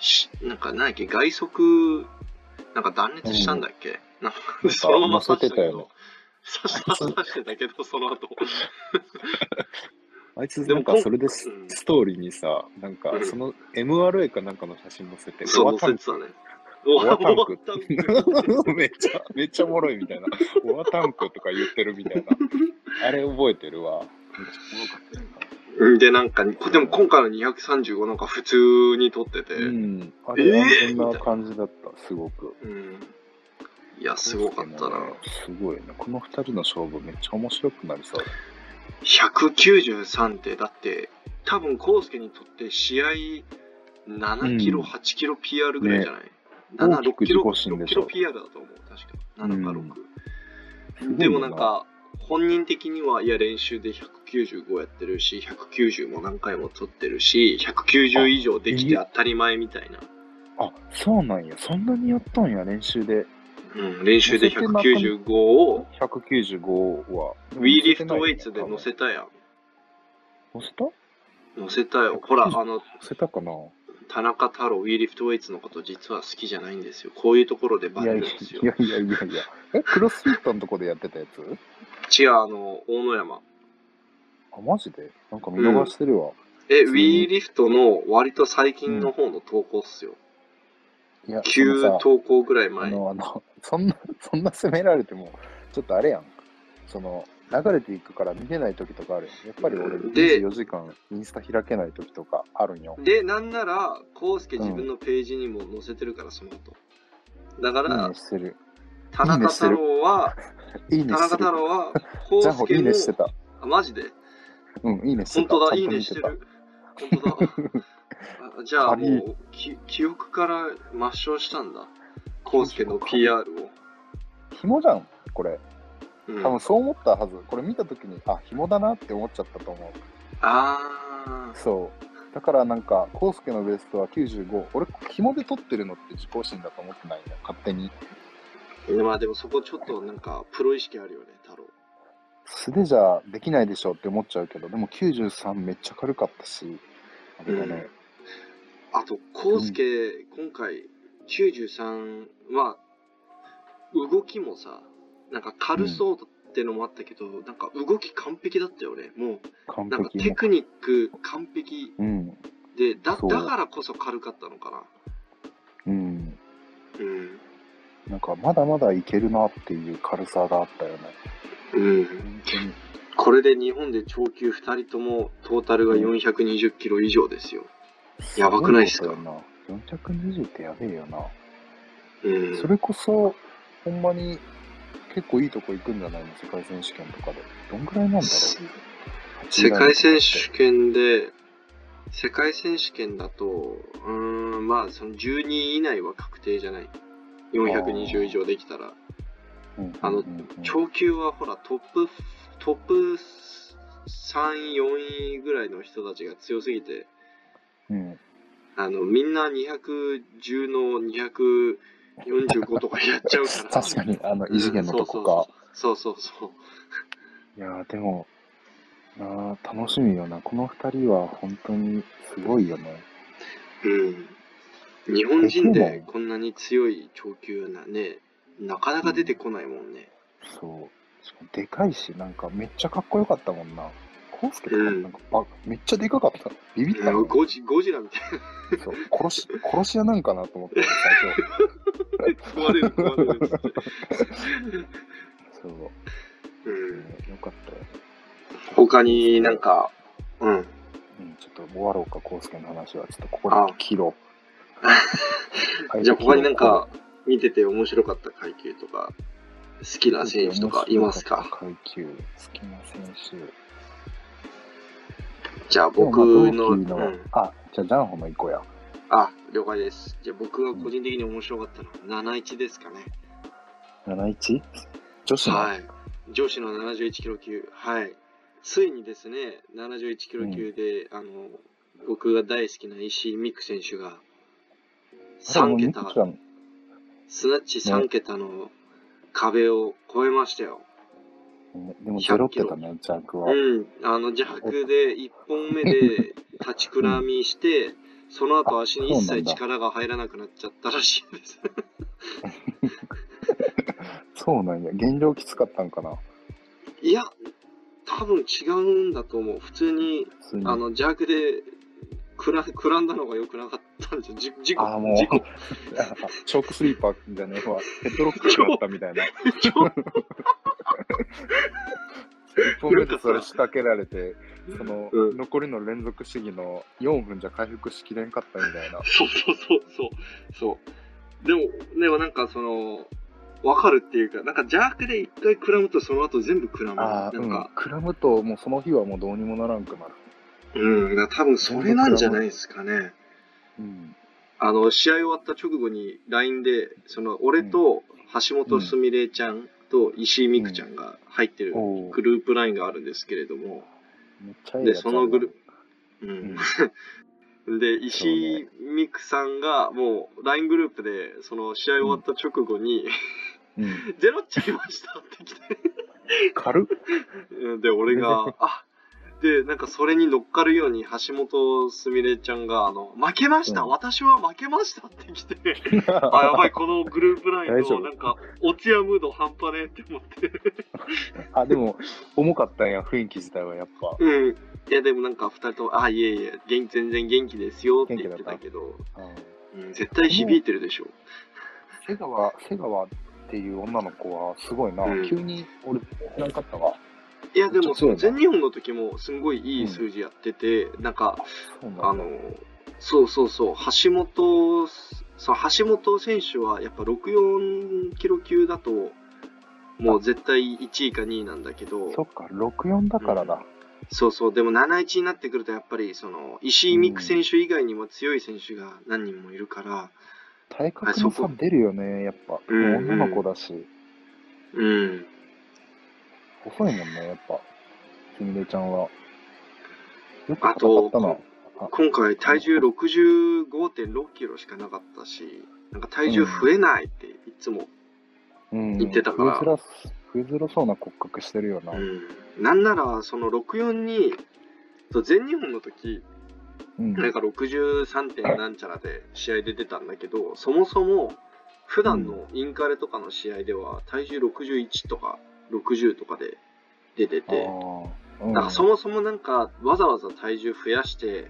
A: しなんか何やっけ外側なんか断裂したんだっけ、なんか
B: なんか
A: そのまま刺
B: 乗せ
A: してて
B: た
A: た
B: よ
A: よ
B: ね
A: ね刺した刺してたけ どその後
B: あいつ、
A: で
B: な
A: も
B: んかそれでス
A: うん
B: ストーリーにさ、なんか
A: うん
B: その MRA かなんかの写真載せて、
A: そう
B: オア
A: 乗
B: タ
A: せ
B: ン
A: て
B: ク
A: たね
B: オアタン
A: 終わ
B: ク
A: ったん
B: めっちゃ、めっちゃおもろいみたいな。オアタンクとか言ってるみたいな。あれ覚えてるわ。めっちゃおもろかっ
A: うんでなんかこでも今回の235なんか普通に撮ってて、
B: たよ。う
A: うん
B: ん。あれ、
A: え
B: 安
A: ー
B: 全な感じだった、すごく。
A: いやすごかったな
B: すごいね。この二人の勝負めっちゃ面白くなりそう。
A: 193ってだって多分康介にとって試合7キロ、
B: うん
A: 8キロ PR ぐらいじゃない、
B: 大
A: 7
B: きく
A: 6キロ
B: 自己新
A: 6
B: で
A: キ
B: しょ
A: ロ PR だと思う確か7か6、
B: すごいよ
A: でもなん、か本人的にはいや練習で195やってるし190も何回も取ってるし190以上できて当たり前みたいな、
B: あ、そうなんや。そんなにやったんや、練習で。
A: うん、練習で195を
B: 195は。
A: ウィーリフトウェイツで乗
B: 乗
A: せ
B: せて
A: たやん
B: ないよね。乗せた乗
A: 乗せたよほらあの
B: せたかな
A: 田中太郎、ウィーリフトウェイツのこと実は好きじゃないんですよ。こういうところでバ
B: い
A: レ
B: や
A: るん
B: いや
A: ですよ
B: い。やいやいやいや。え、クロスフィットのとこでやってたやつ
A: 違う、あの、大野山。
B: あ、マジでなんか見逃してるわ。
A: え、
B: う
A: ウィーリフトの割と最近の方の投稿っすよ。
B: いや、その
A: 9
B: さ
A: 投稿ぐらい
B: あ
A: 前。
B: の、あの、 そんな、そんな責められても、ちょっとあれやん。その、流れていくから見れない時とかあるやん。やっぱり俺、
A: で
B: 24時間インスタ開けない時とかあるんよ。
A: で、なんなら、コウスケ自分のページにも載せてるから、その後。だか
B: いい
A: ら
B: ね、してる。
A: 田中太郎は、
B: いいね
A: 田
B: し
A: 中
B: てる
A: 太。郎は、コウ
B: ジャン
A: ス
B: ホ、
A: ケ
B: いいねして
A: の、
B: た。
A: あマジで
B: うん、いいねして
A: 本
B: た。
A: 当だ、いい
B: ちゃんと
A: ね
B: 見
A: して
B: た。
A: る。本当だ。 あじゃあ
B: 仮に
A: もうき、記憶から抹消したんだ。コウスケの PR を。
B: 紐じゃん、これ。
A: うん
B: 多分そう思ったはず。これ見た時に、あ、紐だなって思っちゃったと思う。
A: あ
B: そう。だからなんか、コウスケのベストは95。俺、紐で撮ってるのって自己心だと思ってないんだよ。勝手に。
A: あ。まあでもそこちょっとなんかプロ意識あるよね、太郎。
B: 素手じゃできないでしょって思っちゃうけど、でも93めっちゃ軽かったし、あれだね。
A: あと、コウスケ、今回93は、動きもさ、なんか軽そうってのもあったけど、なんか動き完璧だったよね。もう、
B: 完
A: なんか
B: 璧
A: テ
B: な。
A: クニック完璧
B: うん。
A: で、だ
B: そう
A: だからこそ軽かったのかな。
B: うん。
A: うん。
B: なんか、まだまだいけるなっていう軽さがあったよね。
A: うん。
B: 本当に。
A: これで日本で長級2人ともトータルが420キロ以上ですよ。やばくないっすか
B: ごことよな ?420 ってやべえよな。
A: うん。
B: それこそ、ほんまに結構いいとこ行くんじゃないの世界選手権とかで。どんぐらいなんだろう
A: 世界選手権で、世界選手権だと、うーん、まあ、その12位以内は確定じゃない。420以上できたら。
B: うん
A: あの
B: うんうんうん
A: 超級はほら、トップ、トップ3位、4位ぐらいの人たちが強すぎて、
B: うん
A: あの、みんな210の245とかやっちゃうから。
B: 確かに、あの、異次元のとこか。
A: そうそうそう。
B: いやーでも、なあ楽しみよな。この二人は本当にすごいよね。
A: うん。日本人でこんなに強い超級なね、なかなか出てこないもんね。
B: そう。しかもでかいし、なんかめっちゃかっこよかったもんな。コウスケとか
A: うん
B: なんかば、めっちゃでかかった。ビビった
A: う
B: よ
A: ん、ゴジゴジラみたい
B: そう殺し、殺し屋なんかなと思って、最初。
A: な。壊れる、壊れるっつって。
B: そう。
A: うん。
B: ねよかったよ。
A: 他になんか、うん。
B: うん、ちょっと終わろうか、コウスケの話は。ちょっとここで切ろう。
A: じゃあ他になんか、見てて面白かった階級とか、好きな選手とかいますか
B: 階級、好きな選手。
A: じゃあ僕
B: でもまあ
A: の、
B: 同
A: う
B: 期の
A: ん、
B: あ、じゃあジャンホの行こうや。
A: あ、了解です。じゃあ僕が個人的に面白かったのは71ですかね。
B: 71? 女子の、
A: はい。女子の71キロ級。はい。ついにですね、71キロ級で、あの、僕が大好きな石井美空選手が、3
B: あれもうミ
A: 桁
B: クち、ゃん
A: すなわち3桁の壁を越えましたよ。
B: でも0桁ね、ジャンクは。
A: うん。あの、弱で1本目で立ちくらみして、その後足に一切力が入らなくなっちゃったらしいです。
B: そうなんや。減量きつかったんかな。
A: いや、多分違うんだと思う。普通に
B: 普通に。
A: あの邪悪でくらくらんだのが良くなかったんですよ。じ事故
B: あーもう
A: 事故
B: チョークスリーパーじゃねえわ。ヘッドロック食らったみたいな。
A: ちょ
B: 1本目でそれ仕掛けられて、その、
A: うん
B: 残りの連続試技の4分じゃ回復しきれんかったみたいな。
A: そうそうそうそうそう。でもでもなんかそのわかるっていうかなんか邪悪で一回くらむとその後全部くらむ。
B: あ
A: な
B: あ、うんん
A: か。
B: クラムと、もうその日はもうどうにもならんくなる。
A: うん、だから多分それなんじゃないですかね。
B: うん。
A: あの試合終わった直後に LINE でその俺と橋本すみれちゃんと石井美空ちゃんが入ってる
B: おお
A: グ。ループ LINE があるんですけれども、
B: めっちゃいい
A: でそのグループ
B: ん
A: うん、で石井美空さんがもう LINE グループでその試合終わった直後に
B: うん。
A: 「ゼロっちゃいました」って来て
B: 軽っ。
A: うん で俺が「あでなんかそれに乗っかるように橋本すみれちゃんが「あの負けました、
B: うん
A: 私は負けました」って来て 「あやばいこのグループ LINE
B: 大丈
A: の
B: 夫
A: なんかおつやムード半端ねえ」って思って
B: あ、でも、重かったんや、雰囲気自体はやっぱ。
A: うんいやでもなんか2人とも「あいえいえ元気全然元気ですよ」って言ってたけど
B: うん
A: うん、絶対響いてるでしょ
B: 瀬川、瀬川っていう女の子はすごいな。
A: うん
B: 急に俺、知らんかったわ。
A: いやでもその
B: めっちゃ強いな
A: 全日本の時もすんごいいい数字やってて、なんか
B: そうな
A: あ
B: んだ
A: の。そうそうそう橋本そう橋本選手はやっぱ64キロ級だともう絶対1位か2位なんだけど
B: そっか、64だからだ。
A: そうそうでも71になってくるとやっぱりその石井美空選手以外にも強い選手が何人もいるから、
B: 体
A: あ
B: 格
A: そ
B: の
A: こ
B: 差出るよね、やっぱ。
A: うんうん
B: 女の子だし。
A: うん、
B: 細いもんね、やっぱ。すみれちゃんは。よく
A: あ
B: 戦
A: と
B: ったな。
A: 今回体重65.6キロしかなかったしなんか体重増えないっていつも
B: うん。
A: 言ってたから
B: 増えづらす増えづらそうな骨格してるよな。うん。
A: うんなんならその64にと全日本の時なんか63点なんちゃらで試合で出たんだけどそもそも普段のインカレとかの試合では体重61とか60とかで出て
B: あ
A: て、
B: ー
A: なんかそもそもなんかわざわざ体重増やして、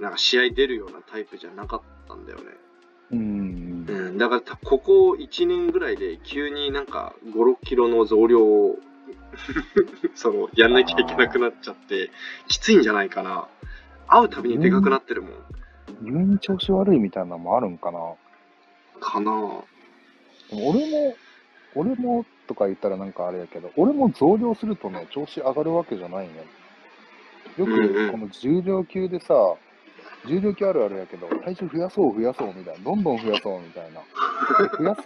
A: なんか試合出るようなタイプじゃなかったんだよね。
B: うん
A: うん、だからたここ1年ぐらいで急になんか5、6キロの増量を そのやんなきゃいけなくなっちゃって、きついんじゃないかな。会うたびにでかくなってるもん。
B: 急に調子悪いみたいなのもあるんかな
A: かなぁ。
B: でも俺も俺もとか言ったらなんかあれやけど俺も増量するとね調子上がるわけじゃないねよ
A: うんうん
B: くこの重量級でさ重量級あるあるやけど体重増やそう増やそうみたいなどんどん増やそうみたいなで増やす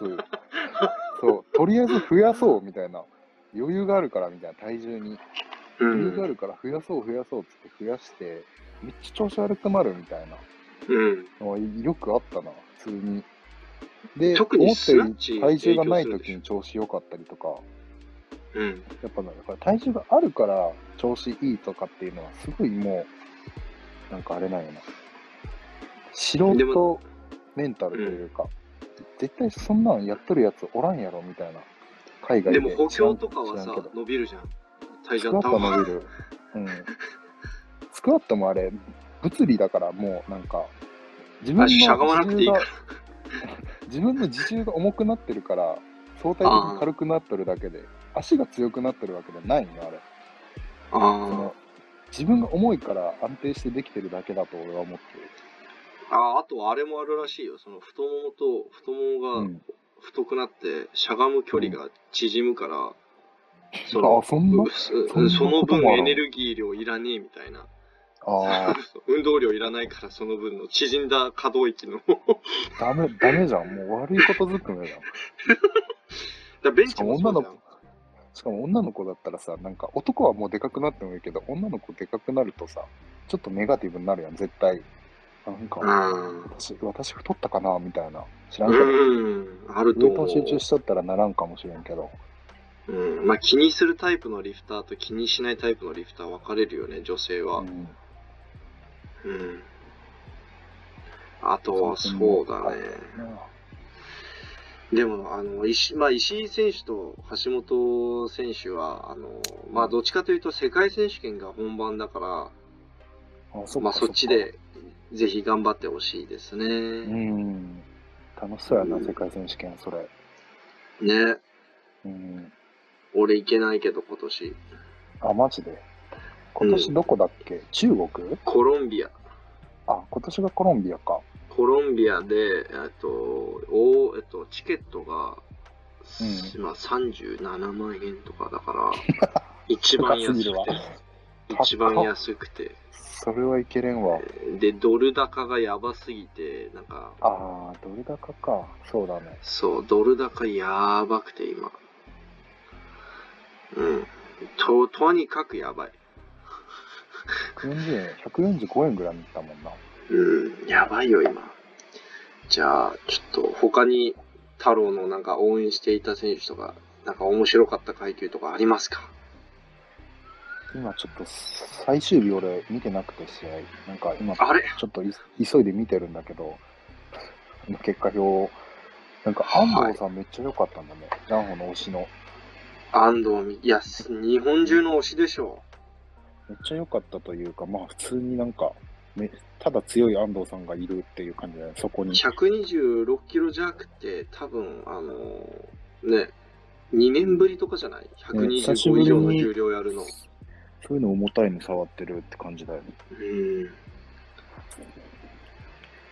B: そうとりあえず増やそうみたいな余裕があるからみたいな体重に
A: う
B: 余裕があ
A: ん。
B: るから増やそう増やそうっつって増やしてめっちゃ調子悪くなるみたいな
A: うん。
B: あよくあったな、普通に。で、
A: 特に
B: 思ったよ
A: スナッチ
B: り体重がない
A: 影響するでし
B: 時
A: ょ
B: に調子良かったりとか、
A: うん。
B: やっぱなんかこれ体重があるから調子いいとかっていうのは、すごいもう、なんかあれなんやな。素
A: で
B: 人
A: も
B: メンタルというか、絶対そんなんやっとるやつおらんやろみたいな。海外
A: で
B: で。
A: も補強とかはさ
B: 知らんけ、ど
A: 伸びるじゃん。体
B: スク
A: 重
B: ワット
A: 頭
B: は伸びる。うん。 スクワットもあれ、物理だからもうなんか、自分の
A: あしゃがまなくていいから
B: 自重が 自分の自重が重くなってるから、相対的に軽くなってるだけで、足が強くなってるわけじゃないの、あれ。そ
A: あ
B: の自分が重いから安定してできてるだけだと俺は思ってる。
A: あ。ああ、あとあれもあるらしいよ。その太ももと太も
B: う
A: もが
B: ん、
A: 太くなって、しゃがむ距離が縮むから、そ
B: あ
A: の
B: あ、そんな
A: うす
B: そんな
A: その
B: こと
A: 分
B: もある
A: エネルギー量いらねえみたいな。
B: ああ、
A: 運動量いらないからその分の縮んだ可動域の。 だか
B: ダメ、ダメじゃん。もう悪いことずくめじゃん。
A: らベン
B: し
A: チ
B: かも
A: もそ
B: 女
A: う
B: の
A: じゃ
B: 子
A: ん。、
B: しかも女の子だったらさ、なんか男はもうでかくなってもいいけど、女の子でかくなるとさ、ちょっとネガティブになるやん、絶対。なんか、
A: あ
B: 私、私太ったかなみたいな。知ら
A: あ。
B: ん
A: う
B: けど。
A: ん。あると
B: 上
A: 思
B: と集中
A: う。
B: しちゃったらならんかもしれんけど。
A: うん。まあ気にするタイプのリフターと気にしないタイプのリフター分かれるよね、女性は。
B: うん
A: うん。あと、
B: そ
A: そううだ
B: は
A: ね
B: い。
A: でも、あの、石,、まあ、石井選手と橋本選手は、あの、まあ、どっちかというと世界選手権が本番だか
B: あ、そ
A: ら、ま
B: っか
A: あ、そっち。で、ぜひ頑張ってほしいですね。
B: っかうん。楽しそうやな、
A: うん
B: 世界選手権、それ。
A: ね。
B: うん。
A: 俺行けないけど、今年。
B: あ、マジで。今年どこだっけ、中国
A: コロンビア。
B: あ、今年がコロンビアか。
A: コロンビアで、えっと、おえっと、チケットが、
B: うん
A: まあ、37万円とかだから、 一番安
B: 高すぎるわ
A: くて、一番安くて、
B: それはいけれんわ。
A: で、ドル高がやばすぎて、なんか、
B: ああ、ドル高か。そうだね。
A: そう、ドル高やばくて、今。うん。と、とにかくやばい。
B: 140円、145円ぐらいに行ったもんな。
A: うん、やばいよ、今。じゃあ、ちょっと、他に、太郎のなんか応援していた選手とか、なんか面白かった階級とかありますか
B: 今ちょっと最終日俺見てなくて試合、なんか今ち
A: あれ
B: ょっとい急いで見てるんだけど、あの結果表を、なんか安藤さんめっちゃ良かったんだね、ジャンホの推しの。
A: 安藤み、いや、す日本中の推しでしょ
B: めっちゃ良かったというか、まあ普通になんか、めただ強い安藤さんがいるっていう感じだね、そこ
A: う。
B: に。
A: 126キロ弱って、多分、あのーね、2年ぶりとかじゃない
B: 久しぶ
A: ?125
B: りに
A: 以上の重量やるの。
B: そういうの重たいの触ってるって感じだよね。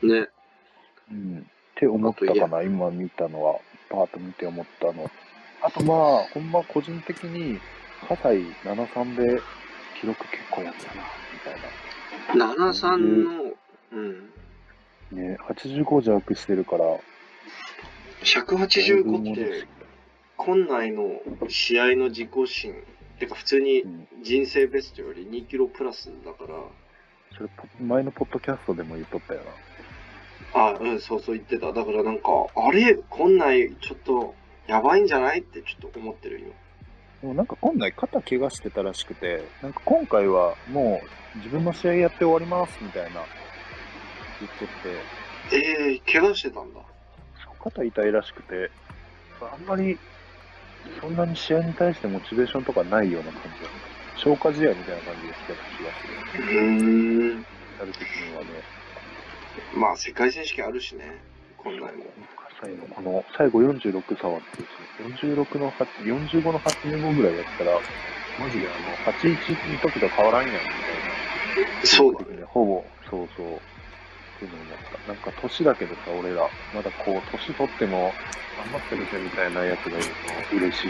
A: うん。ね、
B: うんって思ったかな、今見たのは、パート見て思ったの。あとまあ、ほんま個人的に、葛西73で記録結構やってたな、みたい
A: 73の、うん、
B: な。ね、85弱してるから、
A: 185って、今内の試合の自己新てか普通に
B: うん
A: 人生ベストより2キロプラスだから
B: それ前のポッドキャストでも言っとったよな。
A: あうんそうそう言ってただからなんかあれ今内ちょっとやばいんじゃないってちょっと思ってるよ
B: でもなんか今回肩怪我してたらしくて、なんか今回はもう自分の試合やって終わりますみたいな言っとって、
A: えー、怪我してたんだ
B: 肩痛いらしくて、あんまり、そんなに試合に対してモチベーションとかないような感じだね消化試合みたいな感じで来てた気がする。
A: うーん。
B: ある的にはね、
A: まあ、世界選手権あるしね。こんなんも。
B: 葛西のこの最後46差はっていうし、46の8、45の8年後ぐらいやったら、マジであの、81の時と変わらんやんみたいな。
A: そうだ。
B: ほぼ、そうそう。っていうのになった。なんか年だけどさ、俺ら、まだこう、年取っても、頑張ってるぜみたいなやつがいると嬉しい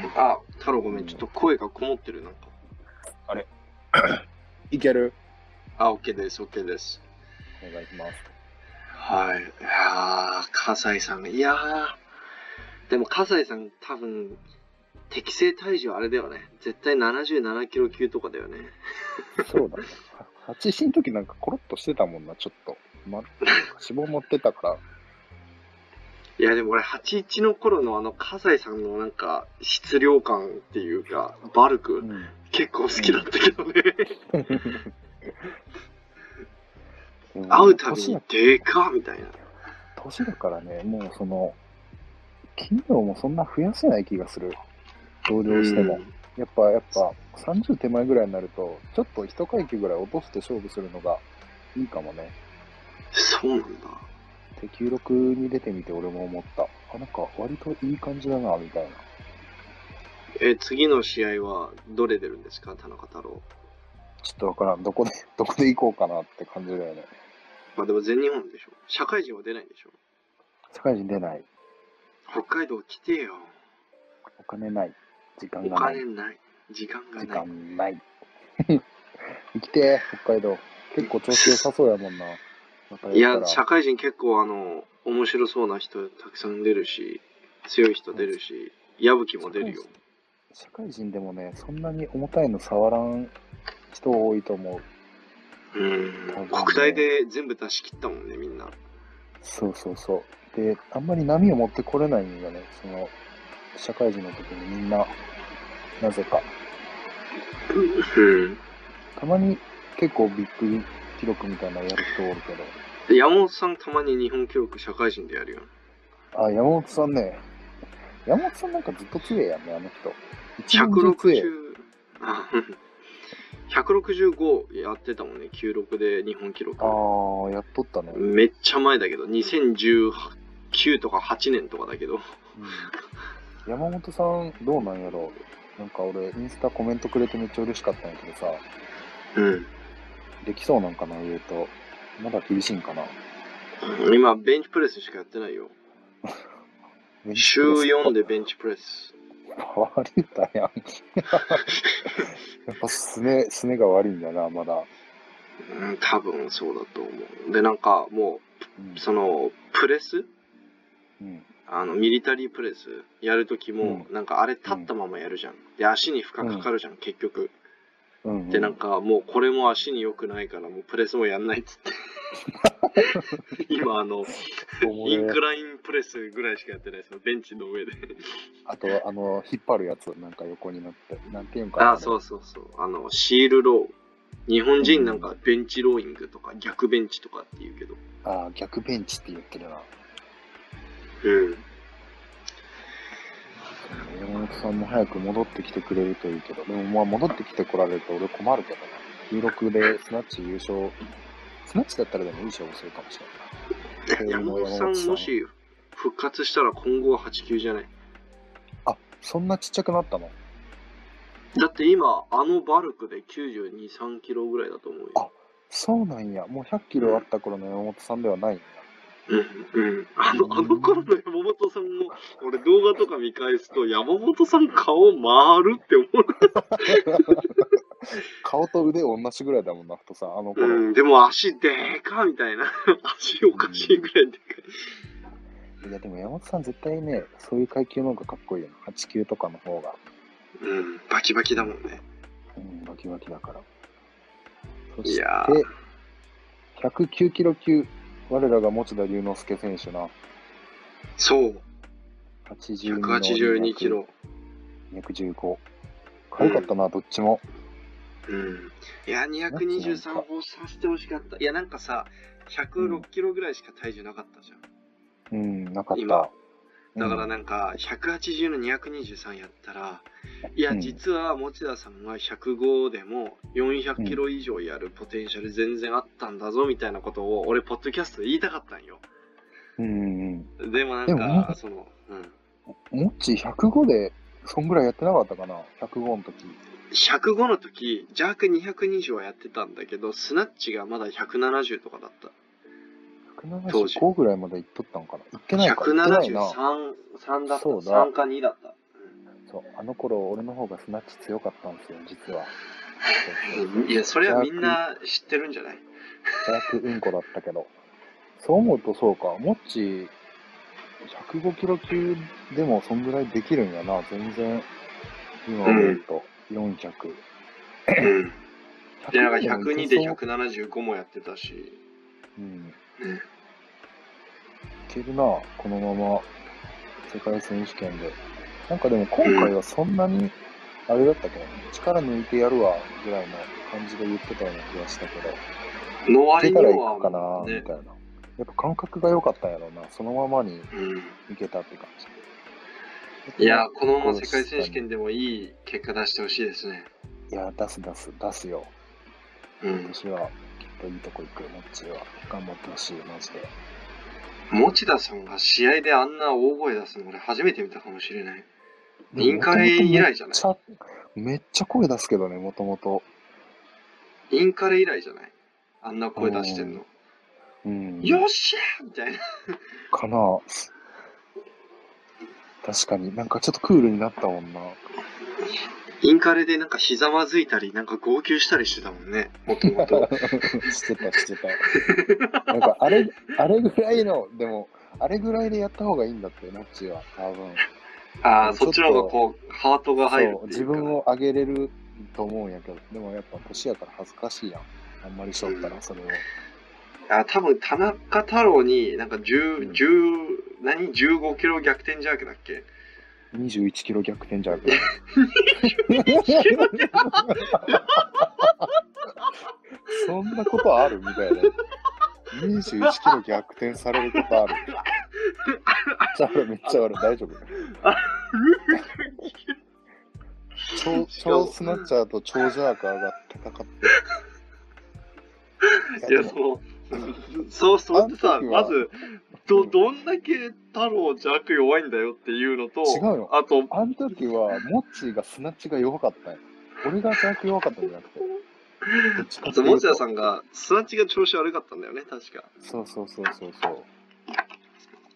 B: な。
A: うん。あ、太郎ごめん。ちょっと声がこもってる。なんか。
B: いける
A: あ、OK です。OK です。
B: お願いします。
A: はい。いやー、葛西さん。いやー。でも、葛西さん、多分、適正体重あれだよね。絶対77キロ級とかだよね。
B: そうだね。8時の時なんかコロッとしてたもんな、ちょっと。ま、脂肪持ってたから。
A: いや、でも俺、81の頃のあの、葛西さんのなんか、質量感っていうか、バルク、
B: ん。
A: 結構好きだったけどね。会うたびに、でかっみたいな。
B: 年だからね、もうその、筋量もそんな増やせない気がする。同情しても。
A: うん
B: やっぱ、やっぱ、30手前ぐらいになると、ちょっと一階級ぐらい落として勝負するのがいいかもね。
A: そうなんだ。
B: 手球力に出てみて俺も思った。あ、なんか割といい感じだな、みたいな。
A: え、次の試合はどれ出るんですか、田中太郎。
B: ちょっとわからん。どこで、どこで行こうかなって感じだよね。
A: まあでも全日本でしょ。社会人は出ないんでしょ。
B: 社会人出ない。
A: 北海道来てよ。
B: お金ない。時間
A: お
B: がない
A: 金。ない。時間が
B: 時
A: ない。
B: 間ない。 生きてー、北海道。結構調子良さそうやもんな。また
A: い
B: やった
A: や、
B: ら
A: 社会人結構あの、面白そうな人たくさん出るし、強い人出るし、矢吹も出るよ。
B: 社会人でもね、そんなに重たいの触らん人多いと思う。
A: うん。国体で全部出し切ったもんね、みんな。
B: そうそうそう。で、あんまり波を持ってこれないんだね。その、社会人の時にみんな、なぜか。
A: うん。
B: たまに結構ビッグ記録みたいなのやる人おるけど。
A: 山本さんたまに日本記録社会人でやるよ。
B: あ、山本さんね。山本さんなんかずっと強えやんね、あの人。一年中強え
A: 160あうん165やってたもんね96で日本記録
B: あー、やっとったね。うん
A: めっちゃ前だけど2019とか8年とかだけど
B: 山本さん、どうなんやろなんか俺、インスタコメントくれてめっちゃ嬉しかったんやけどさ。
A: うん
B: できそうなんかな、言うと。まだ厳しいんかな。
A: 今ベンチプレスしかやってないよ週4で ベンチプレス
B: 悪いた やん。やっぱすね、すねが悪いんだな、まだ。
A: うん多分そうだと思うでなんかも
B: うん
A: うそのプレス
B: うん。
A: あのミリタリープレスやるときも、
B: う
A: なんかあれ立ったままやるじゃん、で足に負荷かかるじゃん、結局
B: うん。
A: でなんかもうこれも足に良くないからもうプレスもやんないっ つって今あのインクラインプレスぐらいしかやってないですよベンチの上で
B: あと、あの、引っ張るやつ、なんか横になって。なんていうんかな。
A: ああそうそうそうあのシールロー日本人なんかベンチローイングとか逆ベンチとかっていうけど
B: あー逆ベンチって言ってるな。
A: うん
B: 山本さんも早く戻ってきてくれるといいけど、でもまあ戻ってきてこられると俺困るけどな。16でスナッチ優勝、スナッチだったらでもいい勝負するかもしれない。
A: 山本さんもし復活したら今後は8級じゃない
B: あ、そんなちっちゃくなったの
A: だって今あのバルクで9 2 3キロぐらいだと思うよ
B: あそうなんや。もう100キロあった頃の山本さんではないんや。
A: うんうんあのあの頃の山本さんも俺動画とか見返すと山本さん顔丸って思う、
B: 顔と腕同じぐらいだもんな、太さ。あの頃。
A: うん、でも足でかみたいな足おかしいぐらいでか
B: いや、でも山本さん絶対ね、そういう階級の方がかっこいいよな。8級とかの方が。
A: い、うん、バキバキだもんね
B: うん、バキバキだから。そ
A: い
B: して
A: や、
B: 109キロ級。我らが持田龍之介選手な。
A: そう
B: 82の
A: 182キ。ロ
B: 215。かわいかったな、どっちも。
A: うん。いや、223歩させてほしかった。いや、なんかさ、106キロぐらいしか体重なかったじゃん。
B: うん、なかっ
A: 今
B: た。
A: だから
B: ね、
A: なんか、180の223やったら、いや、
B: うん
A: 実は持田さんは105でも400キロ以上やるポテンシャル全然あったんだぞ、みたいなことを、俺、ポッドキャストで言いたかったんよ。
B: うん、うん。
A: でもな
B: で
A: ん
B: もなん
A: か、
B: か
A: その、うん。
B: もっち105で、そんぐらいやってなかったかな ?105 の時。
A: 105の時、ジャーク220はやってたんだけど、スナッチがまだ170とかだった。当時
B: 175ぐらいまで行っとったんかな行ってないか行ってないな。
A: 173 3だった。
B: そうだ
A: 3か2だった。
B: そう、あの頃俺の方がスナッチ強かったんですよ、実は。そうそう
A: うんいや、それはみんな知ってるんじゃない
B: ダークうんこだったけど。そう思うとそうか、もっち、105キロ級でもそんぐらいできるんやな、全然。今思うと、
A: う
B: 400。
A: ん。で、なんか
B: 100
A: 102で175もやってたし。
B: うん。
A: うん
B: いけるな、このまま世界選手権で。なんかでも今回はそんなに、あれだったけど、ね、力抜いてやるわぐらいの感じで言ってたような気がしたけど、
A: の割
B: 出
A: に
B: たら
A: は
B: 行くかな、み
A: ね
B: たいな。やっぱ感覚が良かったんやろうな、そのまま
A: う
B: に
A: ん
B: いけたって感じ。
A: いや、このまま世界選手権でもいい結果出してほしいですね。
B: いや、出す出す、出すよ。
A: うん。
B: 私はきっといいとこ行くよ、もっちは。頑張ってほしい、マジで。
A: 持田さんが試合であんな大声出すの俺初めて見たかもしれない。委員会以来じゃない
B: めっちゃ、めっちゃ声出すけどね、もともと。
A: インカレ以来じゃないあんな声出してんの。
B: うん。
A: よっしゃーみたいな。
B: かな確かになんかちょっとクールになったもんな。
A: インカレでなんかひざまずいたり、なんか号泣したりしてたもんね。もとも と。
B: してた、してた。なんかあれ、あれぐらいの、でも、あれぐらいでやった方がいいんだって、モッチーは。多分。
A: ああ、
B: ち
A: そ
B: ょ
A: っ
B: っ
A: ち
B: と
A: の方がこう、ハートが入る
B: そ
A: っ
B: う、
A: てい
B: 自
A: うか
B: 分を上げれると思うんやけど、でもやっぱ年やから恥ずかしいやん。あんまりしょったら、それを。
A: あ多分田中太郎に、なんか10、十何 ?15 キロ逆転ジャークだっけ
B: 21キロ逆転じゃなくて。 そんなことあるみたいな。21キロ逆転されることある。めっちゃある、めっちゃある、大丈夫。超超スナッチャーと超ジャーカーが戦って。
A: いや、そ
B: でも
A: の、そう、それってさ
B: あの、時は
A: まず、ど、
B: うん
A: どんだけ太郎ジャーク弱いんだよっていうのと、
B: 違うよ
A: あと、
B: あの時は、モッチーがスナッチが弱かったんよ俺がジャーク弱かったんじゃなくて。どっちか
A: あ
B: っ
A: と、
B: ていうと
A: 持田さんが、スナッチが調子悪かったんだよね、確か。
B: そうそうそうそう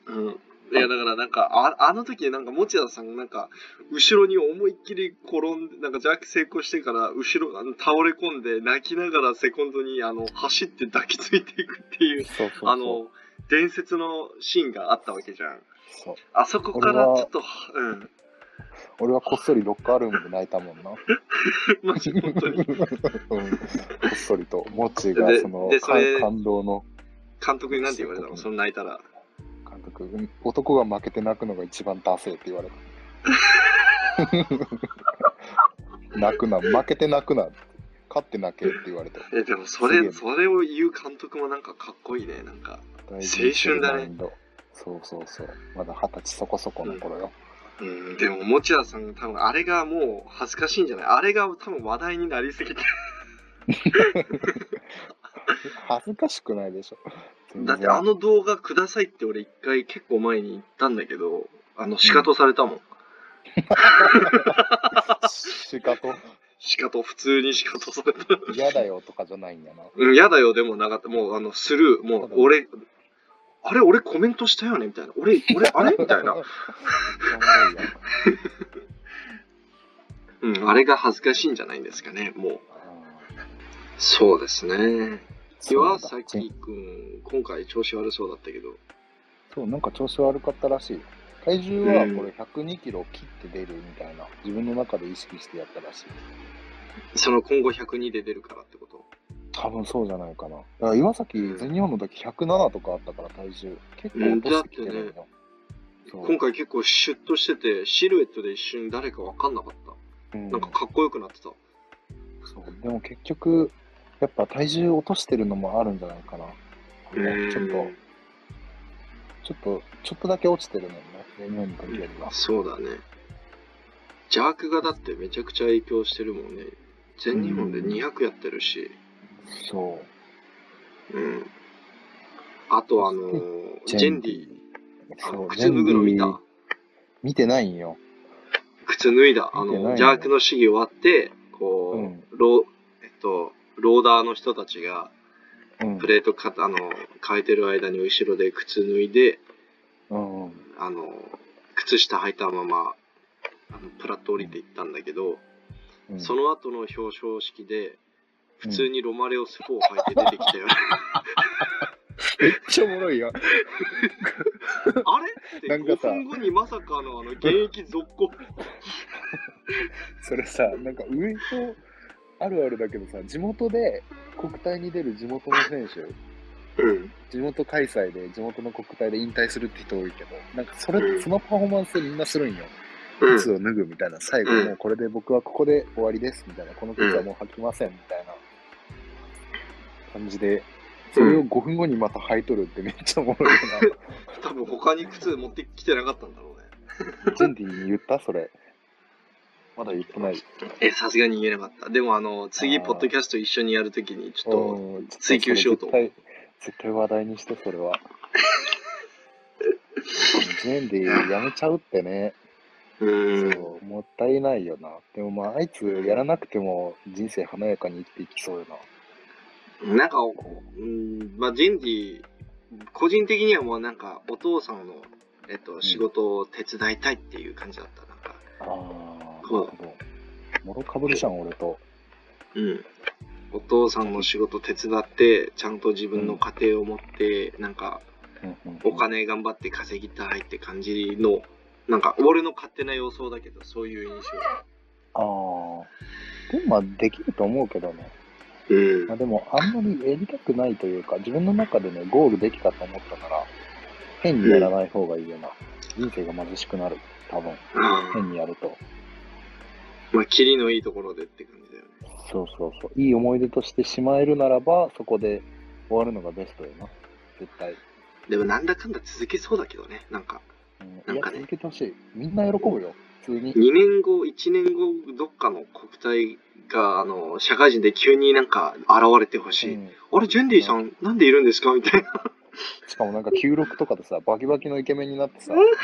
B: そう。
A: うん。いや、だからなんか、ああの時なんか、持田さんがなんか、後ろに思いっきり転んで、なんかジャーク成功してから、後ろ、あの倒れ込んで、泣きながらセコンドに、あの、走って抱きついていくっていう、
B: そうそうそう
A: あの、伝説のシーンがあったわけじゃん。
B: そう
A: あそこからちょっと、うん。
B: 俺はこっそりロッカールームで泣いたもんな。
A: マジ、本当に。
B: うん、こっそりと、モッチーが
A: で
B: その
A: でそれ
B: 感感動の
A: 監督になんて言われたのその泣いたら。
B: 感覚、うん男が負けて泣くのが一番ダセーって言われた。 泣くな、負けて泣くなって、勝って泣けって言われた。
A: え、でもそ
B: すげ
A: れ、
B: え
A: それを言う監督もなんかかっこいいね、なんか。
B: 大事にしてる
A: 青春だね
B: マインド。そうそうそう。まだ二十歳そこそこの頃よ。
A: うん、でも、持田さん、多分あれがもう恥ずかしいんじゃないあれが多分話題になりすぎて。
B: 恥ずかしくないでしょ。全
A: だ
B: 然
A: ってあの動画くださいって俺一回結構前に言ったんだけど、あの、仕方されたもん。
B: しかと、
A: 仕方、普通に仕方された。
B: 嫌だよとかじゃないんやな。
A: うん、やだよ、でもなかった。もう、あの、スルー。もう、俺、あれ、俺コメントしたよねみたいな。俺、俺、あれみ たいな。
B: そんなんや
A: うん、あれが恥ずかしいんじゃないんですかね、もう。
B: あ
A: そうですね。
B: ー
A: 岩
B: そうだ
A: 崎君、今回調子悪そうだったけど。
B: そう、なんか調子悪かったらしい。体重は
A: うん
B: これ102キロ切って出るみたいな、自分の中で意識してやったらしい。
A: その今後102で出るからってこと
B: 多分そうじゃないかな。だから岩崎、全日本の時107とかあったから体重。結構落としてきてるんよ。そう
A: 今回結構シュッとしてて、シルエットで一瞬誰か分かんなかった。
B: うん
A: なんかかっこよくなってた。
B: そうそうでも結局、やっぱ体重落としてるのもあるんじゃないかな。
A: うん
B: ちょっと、ちょっと、ちょっとだけ落ちてるのもね、例年の時よりは。
A: そうだね。邪悪がだってめちゃくちゃ影響してるもんね。全日本で200やってるし。
B: そう。
A: うん。あとあのージェンディ。あ
B: そ
A: の
B: う、
A: 靴脱ぐの見
B: ジェン
A: た
B: ディ見てないんよ。
A: 靴脱いだ。あ
B: 見てない
A: の、
B: ね
A: 邪悪の試技終わって、こう、
B: うん
A: ロー、えっと、ローダーの人たちが
B: うん
A: プ。レートか、あの、変えてる間に後ろで靴脱いで、
B: うんうん。
A: あの、靴下履いたまま、あのプラット降りていったんだけど、
B: うん
A: その後の表彰式で、普通にロマレオス4を履いて出てき たよ。
B: めっちゃおもろいよ。
A: あれって
B: なんか
A: 5
B: さ
A: 分後にまさかのあの現役続行。
B: それさ、なんか上とあるあるだけどさ、地元で国体に出る地元の選手、
A: うん。
B: 地元開催で地元の国体で引退するって人多いけど、なんかそれ、そのパフォーマンスみんなするん
A: う
B: よ。
A: ん
B: 靴を脱ぐみたいな、最後
A: うん
B: もうこれで僕はここで終わりですみたいな、この靴はもう履きませんみたいな感じで、それを5分後にまた履いとるってめっちゃおもろいよ
A: 多分他に靴持ってきてなかったんだろうね。
B: な。ジェンディに言ったそれ。まだ言ってない。
A: え、さすがに言えなかった。でもあの、次、
B: あー
A: ポッドキャスト一緒にやるときに、ちょっ
B: うんちょっと
A: 追求しようと
B: それ絶対絶対話題にして、それは。 ジェンディやめちゃうってね、
A: と、うん。
B: そうもったいないよな。でもまあ、あいつやらなくても人生華やかに生きていきそうよな。
A: なんか、うん、まあ、ジェンディ、個人的にはもうなんか、お父さんの、えっと、仕事を手伝いたいっていう感じだった。なんか、
B: ああ、
A: そう
B: なるほど。もろかぶるじゃん、俺と。
A: うん。お父さんの仕事手伝って、ちゃんと自分の家庭を持って、なんか、お金頑張って稼ぎたいって感じの、なんか、俺の勝手な予想だけど、そういう印
B: ああー。でもまあ、できると思うけどね。
A: 象。うん
B: まあ、でも、あんまりやりたくないというか、自分の中でね、ゴールできたと思ったから、変にやらない方がいいよな。人生が貧しくなる。多分、
A: うん
B: 変にやると。
A: まあ、キリのいいところでって感じだよね。
B: そうそうそう。いい思い出としてしまえるならば、そこで終わるのがベストよな。絶対。
A: でも、なんだかんだ続けそうだけどね、なんか。
B: うん、い
A: なん
B: や、
A: かね
B: 続けてほしい。みんな喜ぶよ。普通に。
A: 2年後、1年後、どっかの国体が、あの、社会人で急になんか現れてほしい。
B: うん
A: あれ、ジェンディさん、なんでいるんですかみたいな。
B: しかもなんか96とかでさ、バキバキのイケメンになってさ、
A: うん
B: なんか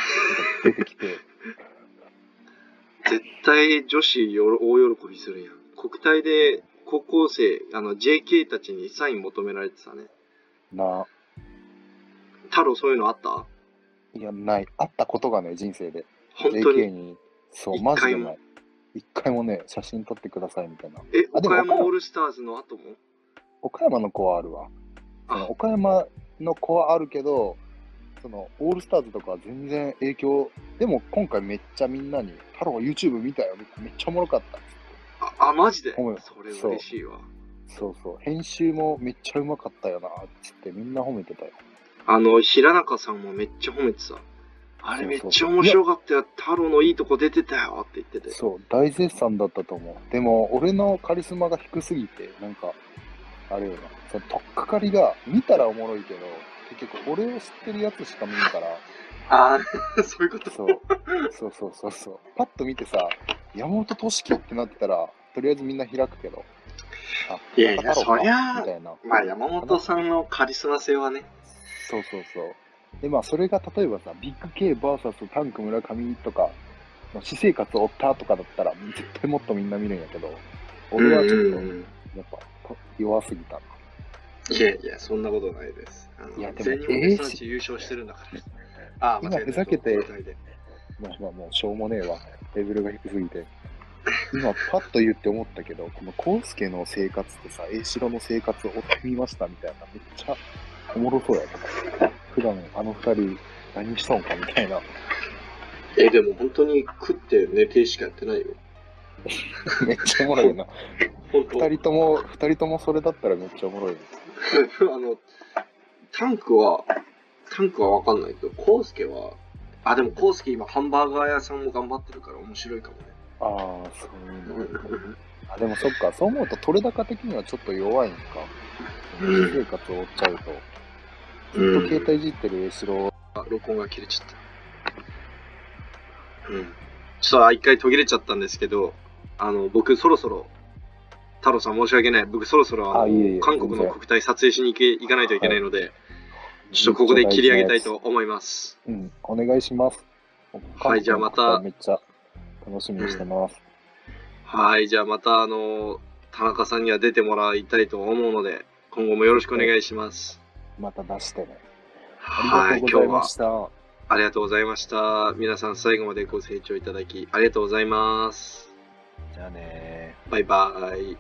B: 出てきて、
A: 絶対女子よろ大喜びするやん。国体で高校生、あの、JK たちにサイン求められてたね。
B: な、
A: 太郎、そういうのあった
B: いや、ない。あったことがね、人生で。
A: 本当
B: JK
A: に。
B: に、そう、
A: 一回も
B: マジでない。一回もね、写真撮ってくださいみたいな。
A: え、
B: あで
A: 岡
B: も
A: 山オールスターズの後も
B: 岡山の子はあるわ。そ
A: あ
B: の、岡山の子はあるけど、その、オールスターズとかは全然影響、でも今回めっちゃみんなに、太郎 YouTube 見たよ、めっちゃおもろかったっつって。
A: あ、あマジで
B: ごめん
A: それ嬉しいわ。
B: そうそう、編集もめっちゃうまかったよな、つってみんな褒めてたよ。
A: あの、平中さんもめっちゃ褒めてた。あれめっちゃ面白かったよ。太郎のいいとこ出てたよって言ってて。
B: そう、大絶賛だったと思う。でも、俺のカリスマが低すぎて、なんか、あれよな、その、とっかかりが、見たらおもろいけど、結局、俺を知ってるやつしか見んから、
A: ああ、 そういうこと
B: そう、そうそうそうそう、パッと見てさ、山本俊樹ってなってたら、とりあえずみんな開くけど、あ、
A: いやいや
B: 中太郎か
A: そりゃあ
B: みたいな。
A: まあ、山本さんのカリスマ性はね。
B: そうそうそう。で、まあ、それが例えばさ、ビッグ KVS タンク村上とか、の私生活を追ったとかだったら、絶対もっとみんな見るんやけど、俺はちょっと、
A: うん
B: やっぱこ弱すぎたな。
A: いやいや、そんなことないです。あの
B: いやでも
A: 全日本レスラーチ優勝してるんだから。ああ、
B: 今
A: 間違えた
B: ふざけて
A: 交代で
B: まあまあもうしょうもねえわ。レベルが低すぎて。今パッと言って思ったけど、このコウスケの生活ってさ、栄城の生活を追ってみましたみたいな、めっちゃおもろそうやね。普段あの二人何しとんかみたいな。
A: え、でも本当に食って寝てしかやってないよ。
B: めっちゃおもろい よな。
A: 本当
B: 二人とも、二人ともそれだったらめっちゃおもろいよ。
A: あの、タンクは、タンクはわかんないけど、コウスケは、あ、でもコウスケ今ハンバーガー屋さんも頑張ってるから面白いかもね。
B: ああ、そういうの。あ、でもそっか、そう思うと、取れ高的にはちょっと弱いんか。
A: うん
B: 私生活を追っちゃうと。
A: う
B: ずっ
A: ん
B: と携帯いじってる後ろ、
A: あ、録音が切れちゃった。うん。ちょっと一回途切れちゃったんですけど、あの、僕そろそろ、太郎さん申し訳ない。僕そろそろあの
B: あいえいえ
A: 韓国の国体撮影しに行け行かないといけないので、ちょっとここで切り上げたいと思います。
B: うん、お願いします。
A: はいじゃあまた
B: めっちゃ楽しみにしてます。
A: はい、じゃあまたあの、田中さんには出てもらいたいと思うので、今後もよろしくお願いします。
B: また出してね。
A: は
B: あ
A: い、
B: りが
A: 今
B: とうござい
A: 日
B: ま
A: は
B: した。
A: ありがとうございました。皆さん最後までご清聴いただきありがとうございます。
C: じゃあねー。
A: バイバイ。